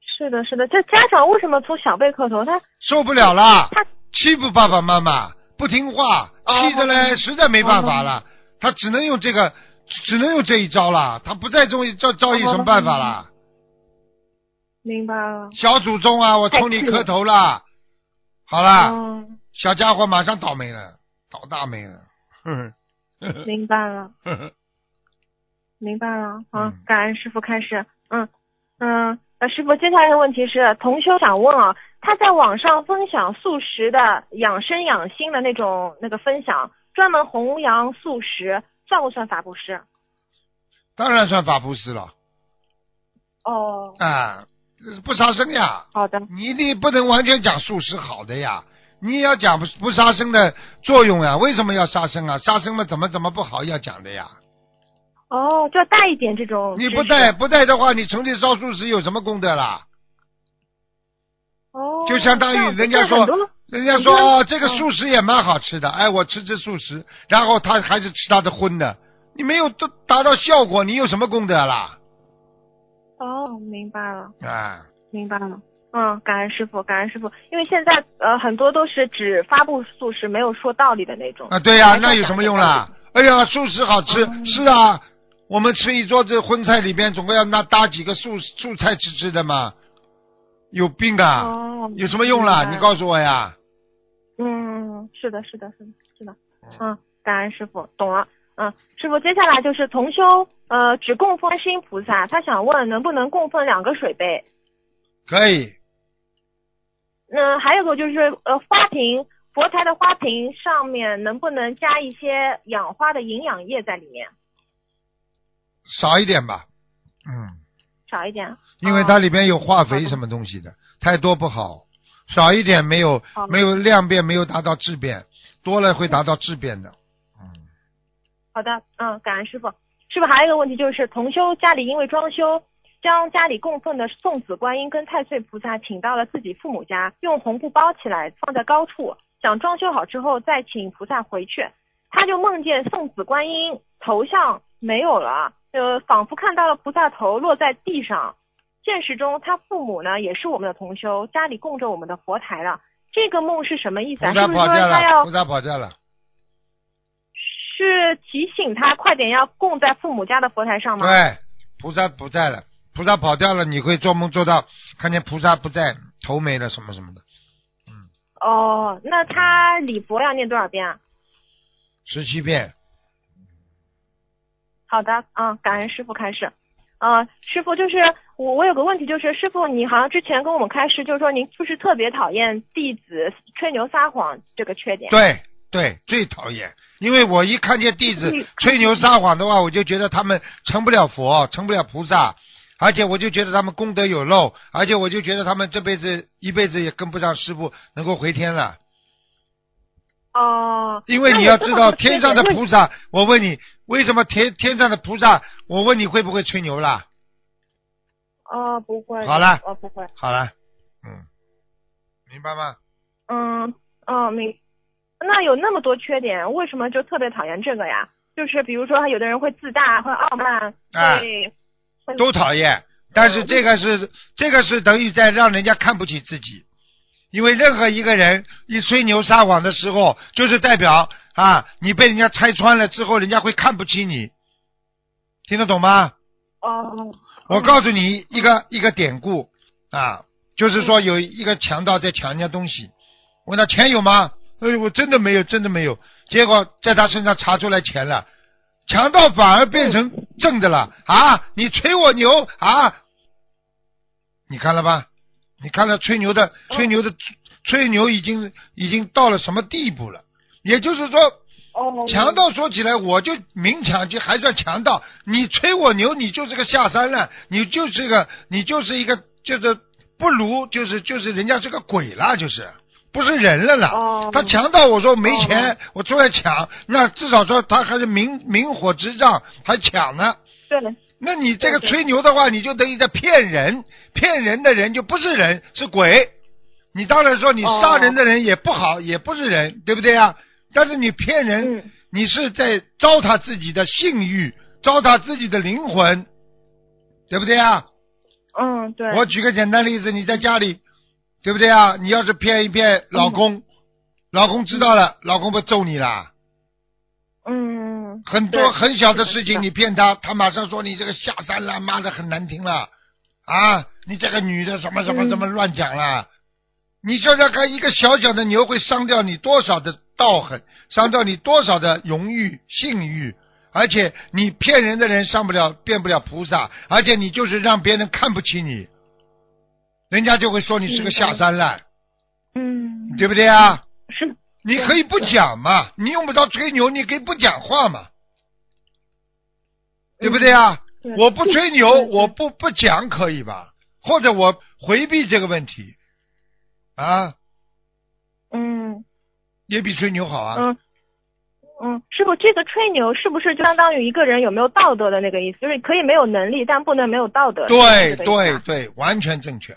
G: 是的，是的，这家长为什么从小辈磕头？他
B: 受不了了
G: 他，
B: 欺负爸爸妈妈，不听话，
G: 嗯哦
B: 气的嘞，实在没办法了，他只能用这个，只能用这一招了，他不再中意招
G: 哦
B: 招有什么办法了？
G: 明白了，
B: 小祖宗啊，我冲你磕头了，好啦，
G: 嗯，
B: 小家伙马上倒霉了，倒大霉了，哼哼
G: 明白了，
B: 哼
G: 明白了，啊
B: 嗯，
G: 感恩师傅开始，嗯嗯，呃，师傅，接下来的问题是，同修想问啊，他在网上分享素食的养生养心的那种那个分享，专门弘扬素食，算不算法布施？
B: 当然算法布施了
G: 哦，
B: 啊，不杀生呀。
G: 好的，
B: 你你不能完全讲素食好的呀，你也要讲不不杀生的作用呀。为什么要杀生啊？杀生嘛，怎么怎么不好要讲的呀？
G: 哦，就要带一点这种知
B: 你
G: 识，
B: 不带不带的话，你成天烧素食有什么功德啦？
G: 哦，
B: 就相当于
G: 这样子
B: 人家
G: 这
B: 说
G: 很多
B: 人家说、哦、这个素食也蛮好吃的，哎，我吃吃素食，然后他还是吃他的荤的，你没有都达到效果，你有什么功德啦？
G: 哦，明白了。
B: 啊，
G: 明白了。嗯，感恩师傅，感恩师傅，因为现在呃很多都是只发布素食，没有说道理的那种。
B: 啊，对呀、
G: 还是要
B: 那有什么用啦
G: 讲？
B: 哎呀，素食好吃，
G: 嗯
B: 是啊，我们吃一桌子荤菜里边，总归要那搭几个素素菜吃吃的嘛，有病啊！
G: 哦，
B: 有什么用啦？
G: 明白
B: 你告诉我呀。
G: 嗯，是的，是的，是的，是的。嗯，感恩师傅，懂了。嗯，师傅，接下来就是同修呃只供奉观世音菩萨，他想问能不能供奉两个水杯？
B: 可以，
G: 嗯，还有个就是呃花瓶，佛台的花瓶上面能不能加一些养花的营养液在里面？
B: 少一点吧。嗯，
G: 少一点。
B: 因为
G: 哦
B: 它里边有化
G: 好
B: 肥
G: 的
B: 什么东西的，太多不好。少一点没有
G: 好的
B: 没有量变，没有达到质变，多了会达到质变的。嗯
G: 好的，嗯，感恩师傅。师傅还有一个问题就是，同修家里因为装修，将家里供奉的送子观音跟太岁菩萨请到了自己父母家，用红布包起来放在高处，想装修好之后再请菩萨回去。他就梦见送子观音头像没有了，呃，仿佛看到了菩萨头落在地上。现实中，他父母呢也是我们的同修，家里供着我们的佛台了。这个梦是什么意思啊？
B: 菩萨
G: 是不是说
B: 跑掉
G: 他要
B: 了，菩萨跑掉了。
G: 是提醒他快点要供在父母家的佛台上吗？
B: 对，菩萨不在了，菩萨跑掉了，你会做梦做到看见菩萨不在，头没了什么什么的，嗯，
G: 哦，那他礼佛要念多少遍啊？
B: 十七遍，
G: 好的，啊，感恩师傅开始。啊，师傅，就是我，我有个问题，就是师傅，你好像之前跟我们开示，就是说您就是特别讨厌弟子吹牛撒谎这个缺点。
B: 对对，最讨厌，因为我一看见弟子
G: 嗯
B: 吹牛撒谎的话，我就觉得他们成不了佛，成不了菩萨，而且我就觉得他们功德有漏，而且我就觉得他们这辈子一辈子也跟不上师傅，能够回天了。
G: 哦、
B: 因为
G: 那
B: 你
G: 有
B: 要
G: 这
B: 知
G: 么
B: 道，
G: 个缺
B: 天上的
G: 点为
B: 菩萨，我问你，为什么天天上的菩萨，我问你会不会吹牛啦？
G: 哦，不会。
B: 好了
G: 哦，不会。
B: 好了，嗯，明白吗？
G: 嗯嗯，明。那有那么多缺点，为什么就特别讨厌这个呀？就是比如说，有的人会自大，会傲慢，
B: 哎
G: 会
B: 都讨厌，但是这个是这个是等于在让人家看不起自己，因为任何一个人一吹牛撒谎的时候，就是代表啊，你被人家拆穿了之后，人家会看不起你，听得懂吗？
G: 哦
B: 我告诉你一个一个典故啊，就是说有一个强盗在抢人家东西，问他钱有吗？哎，我真的没有，真的没有。结果在他身上查出来钱了，强盗反而变成正的了啊！你吹我牛啊！你看了吧？你看了吹牛的，吹牛的，吹牛已经已经到了什么地步了？也就是说，
G: 哦，
B: 强盗说起来，我就明抢就还算强盗。你吹我牛，你就是个下三滥，你就是个，你就是一个，就是不如，就是就是人家是个鬼啦，就是不是人了啦。
G: 哦
B: 他强盗，我说没钱，我出来抢，那至少说他还是明明火执仗，还抢呢。
G: 对，
B: 那你这个
G: 对对
B: 吹牛的话，你就等于在骗人，骗人的人就不是人，是鬼。你当然说你
G: 哦
B: 杀人的人也不好，也不是人，对不对啊？但是你骗人，
G: 嗯，
B: 你是在糟蹋自己的性欲，糟蹋自己的灵魂，对不对啊？
G: 嗯，对，
B: 我举个简单例子，你在家里，对不对啊？你要是骗一骗老公，老公知道了，老公不揍你啦？
G: 嗯，
B: 很多
G: 对
B: 很小的
G: 是的
B: 事
G: 是
B: 情
G: 的
B: 你骗他，他马上说你这个下山啦，骂的很难听了，啊，你这个女的什么什么
G: 嗯
B: 什么乱讲啦。你想想看，一个小小的牛会伤掉你多少的道行，伤掉你多少的荣誉、信誉，而且你骗人的人上不了，变不了菩萨，而且你就是让别人看不起你，人家就会说你是个
G: 明白
B: 下三滥，
G: 嗯，
B: 对不对啊？
G: 是的，
B: 你可以不讲嘛，你用不着吹牛，你可以不讲话嘛，对不对啊？
G: 对
B: 我不吹牛，
G: 对对
B: 我不不讲可以吧？或者我回避这个问题，啊，
G: 嗯
B: 也比吹牛好啊。
G: 嗯嗯，师傅，这个吹牛是不是就相当于一个人有没有道德的那个意思？就是可以没有能力，但不能没有道德。
B: 对
G: 是这个意思
B: 对
G: 吗，
B: 对，完全正确。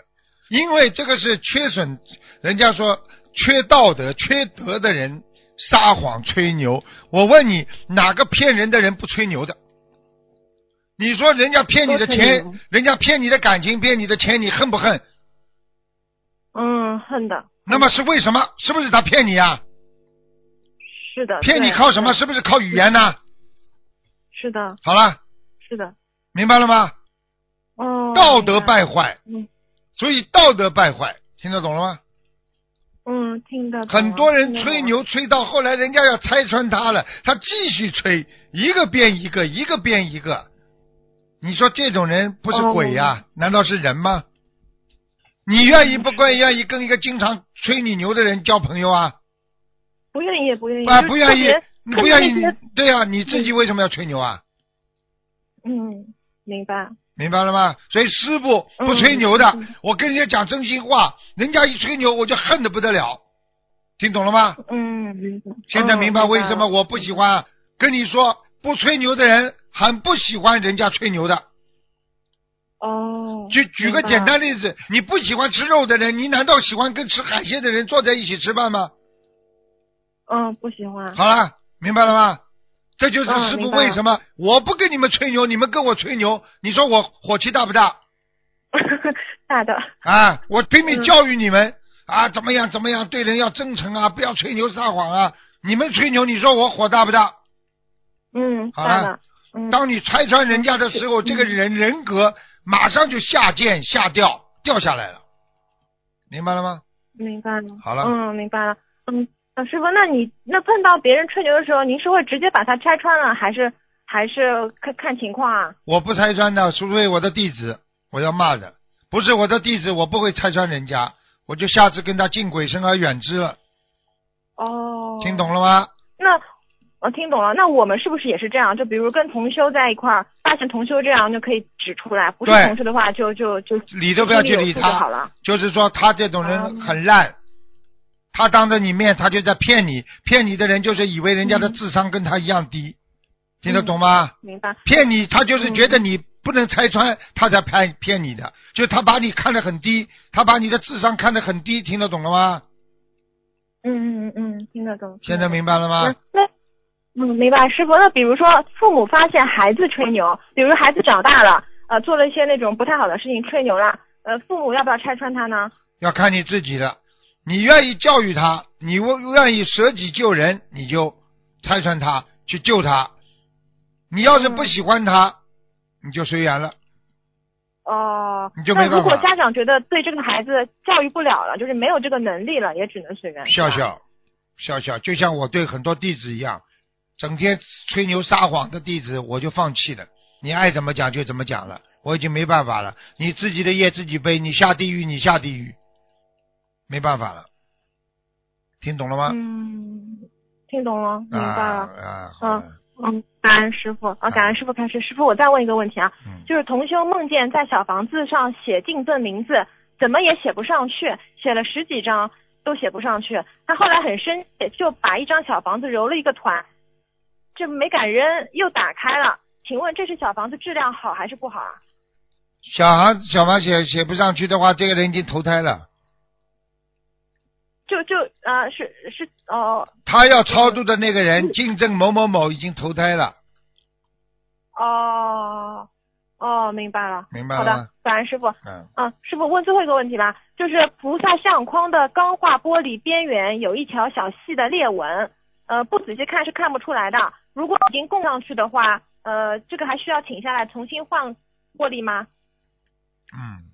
B: 因为这个是缺损，人家说缺道德、缺德的人撒谎吹牛。我问你，哪个骗人的人不吹牛的？你说人家骗你的
G: 都吹
B: 钱
G: 牛，
B: 人家骗你的感情，骗你的钱，你恨不恨？
G: 嗯，恨的，
B: 那么是为什么？是不是他骗你啊？
G: 是的。
B: 骗你
G: 对
B: 靠什么？
G: 啊对
B: 是不是靠语言呢、啊
G: 是的，
B: 好了，
G: 是的，
B: 明白了吗？
G: 哦。
B: 道德
G: 明白。
B: 败坏
G: 嗯，
B: 所以道德败坏，听得懂了吗？
G: 嗯，听得懂
B: 很多人
G: 听得懂
B: 吹牛吹到后来，人家要拆穿他了，他继续吹，一个变一个，一个变一个。你说这种人不是鬼呀、
G: 哦
B: 难道是人吗？你愿意不愿意愿意跟一个经常吹你牛的人交朋友啊？
G: 不愿意，不愿意。
B: 啊，
G: 就是
B: 不愿意
G: 特别，
B: 你不愿意
G: 特别，
B: 对呀、你自己为什么要吹牛啊？
G: 嗯，明白。
B: 明白了吗？所以师傅
G: 嗯
B: 不吹牛的，我跟人家讲真心话，人家一吹牛我就恨得不得了，听懂了吗？
G: 嗯，明白。
B: 现在
G: 嗯
B: 明白为什么
G: 了
B: 我不喜欢跟你说不吹牛的人，很不喜欢人家吹牛的。
G: 哦。
B: 就举个
G: 明白
B: 简单例子，你不喜欢吃肉的人，你难道喜欢跟吃海鲜的人坐在一起吃饭吗？
G: 嗯，不喜欢。
B: 好了，明白了吗？这就是
G: 嗯
B: 师傅
G: 明白了
B: 为什么我不跟你们吹牛，你们跟我吹牛，你说我火气大不大？
G: 大的。
B: 啊，我拼命教育你们、啊，怎么样怎么样，对人要真诚啊，不要吹牛撒谎啊。你们吹牛，你说我火大不大？
G: 嗯，
B: 好
G: 大
B: 了
G: 的。嗯。
B: 当你拆穿人家的时候，这个人人格马上就下贱下掉掉下来了。明白了吗？
G: 明白了。
B: 好了
G: 嗯，明白了。嗯，啊师傅，那你那碰到别人吹牛的时候，您是会直接把它拆穿了，还是还是看看情况啊？
B: 我不拆穿的，除非我的弟子，我要骂的，不是我的弟子，我不会拆穿人家，我就下次跟他敬鬼神而远之了，
G: 哦
B: 听。懂了吗？
G: 那我听懂了。那我们是不是也是这样？就比如跟同修在一块儿，发现同修这样就可以指出来，不是
B: 对
G: 同修的话就就就
B: 理都不要去理
G: 心里有数就好
B: 他
G: 了，
B: 就是说他这种人
G: 嗯
B: 很烂，他当着你面他就在骗你，骗你的人就是以为人家的智商跟他一样
G: 嗯
B: 低，听得懂吗？
G: 明白？
B: 骗你，他就是觉得你不能拆穿，他才骗骗你的，就他把你看得很低，他把你的智商看得很低，听得懂了吗？
G: 嗯嗯嗯，嗯，听得懂。
B: 现在明白了吗
G: 那？那嗯，明白，师傅。那比如说，父母发现孩子吹牛，比如孩子长大了，呃，做了一些那种不太好的事情，吹牛了，呃，父母要不要拆穿他呢？
B: 要看你自己的，你愿意教育他，你愿意舍己救人，你就拆穿他去救他。你要是不喜欢他，你就随缘了。
G: 哦、
B: 你就没
G: 那
B: 办法
G: 如果家长觉得对这个孩子教育不了了，就是没有这个能力了，也只能随缘。
B: 笑
G: 是吧。
B: 笑，笑笑，就像我对很多弟子一样，整天吹牛撒谎的弟子，我就放弃了。你爱怎么讲就怎么讲了，我已经没办法了。你自己的业自己背，你下地狱你下地狱，没办法了。听懂了吗？
G: 嗯，听懂了，明白
B: 啊
G: 了。
B: 啊，好了
G: 嗯，感恩师傅啊，感恩师傅开始。师傅，我再问一个问题啊，
B: 嗯，
G: 就是同修梦见在小房子上写敬赠名字，怎么也写不上去，写了十几张都写不上去。他后来很生气，就把一张小房子揉了一个团，这没敢扔，又打开了。请问这是小房子质量好还是不好啊？
B: 小孩小孩写写不上去的话，这个人已经投胎了。
G: 就就呃是是哦
B: 他要超度的那个
G: 嗯
B: 人，竞争某某某已经投胎了，
G: 哦哦，明白了，
B: 明白
G: 好
B: 了
G: 的
B: 吗？，
G: 感恩师傅。
B: 嗯，
G: 嗯，师傅问最后一个问题吧，就是菩萨相框的钢化玻璃边缘有一条小细的裂纹，呃，不仔细看是看不出来的。如果已经供上去的话，呃，这个还需要请下来重新换玻璃吗？
B: 嗯，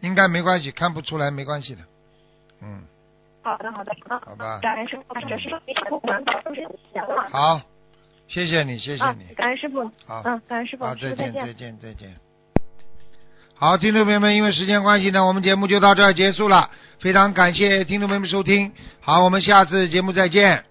B: 应该没关系，看不出来没关系的。嗯，
G: 好的，好的，嗯，
B: 好吧
G: 感恩师傅，感恩师傅，你想管保都是行了。
B: 好，谢谢你，谢谢
G: 啊
B: 你，，
G: 感恩师傅，
B: 好，
G: 嗯，感恩师傅，
B: 好，再
G: 师傅
B: 见，
G: 再
B: 再见，再见。好，听众朋友们，因为时间关系呢，我们节目就到这儿结束了。非常感谢听众朋友们收听，好，我们下次节目再见。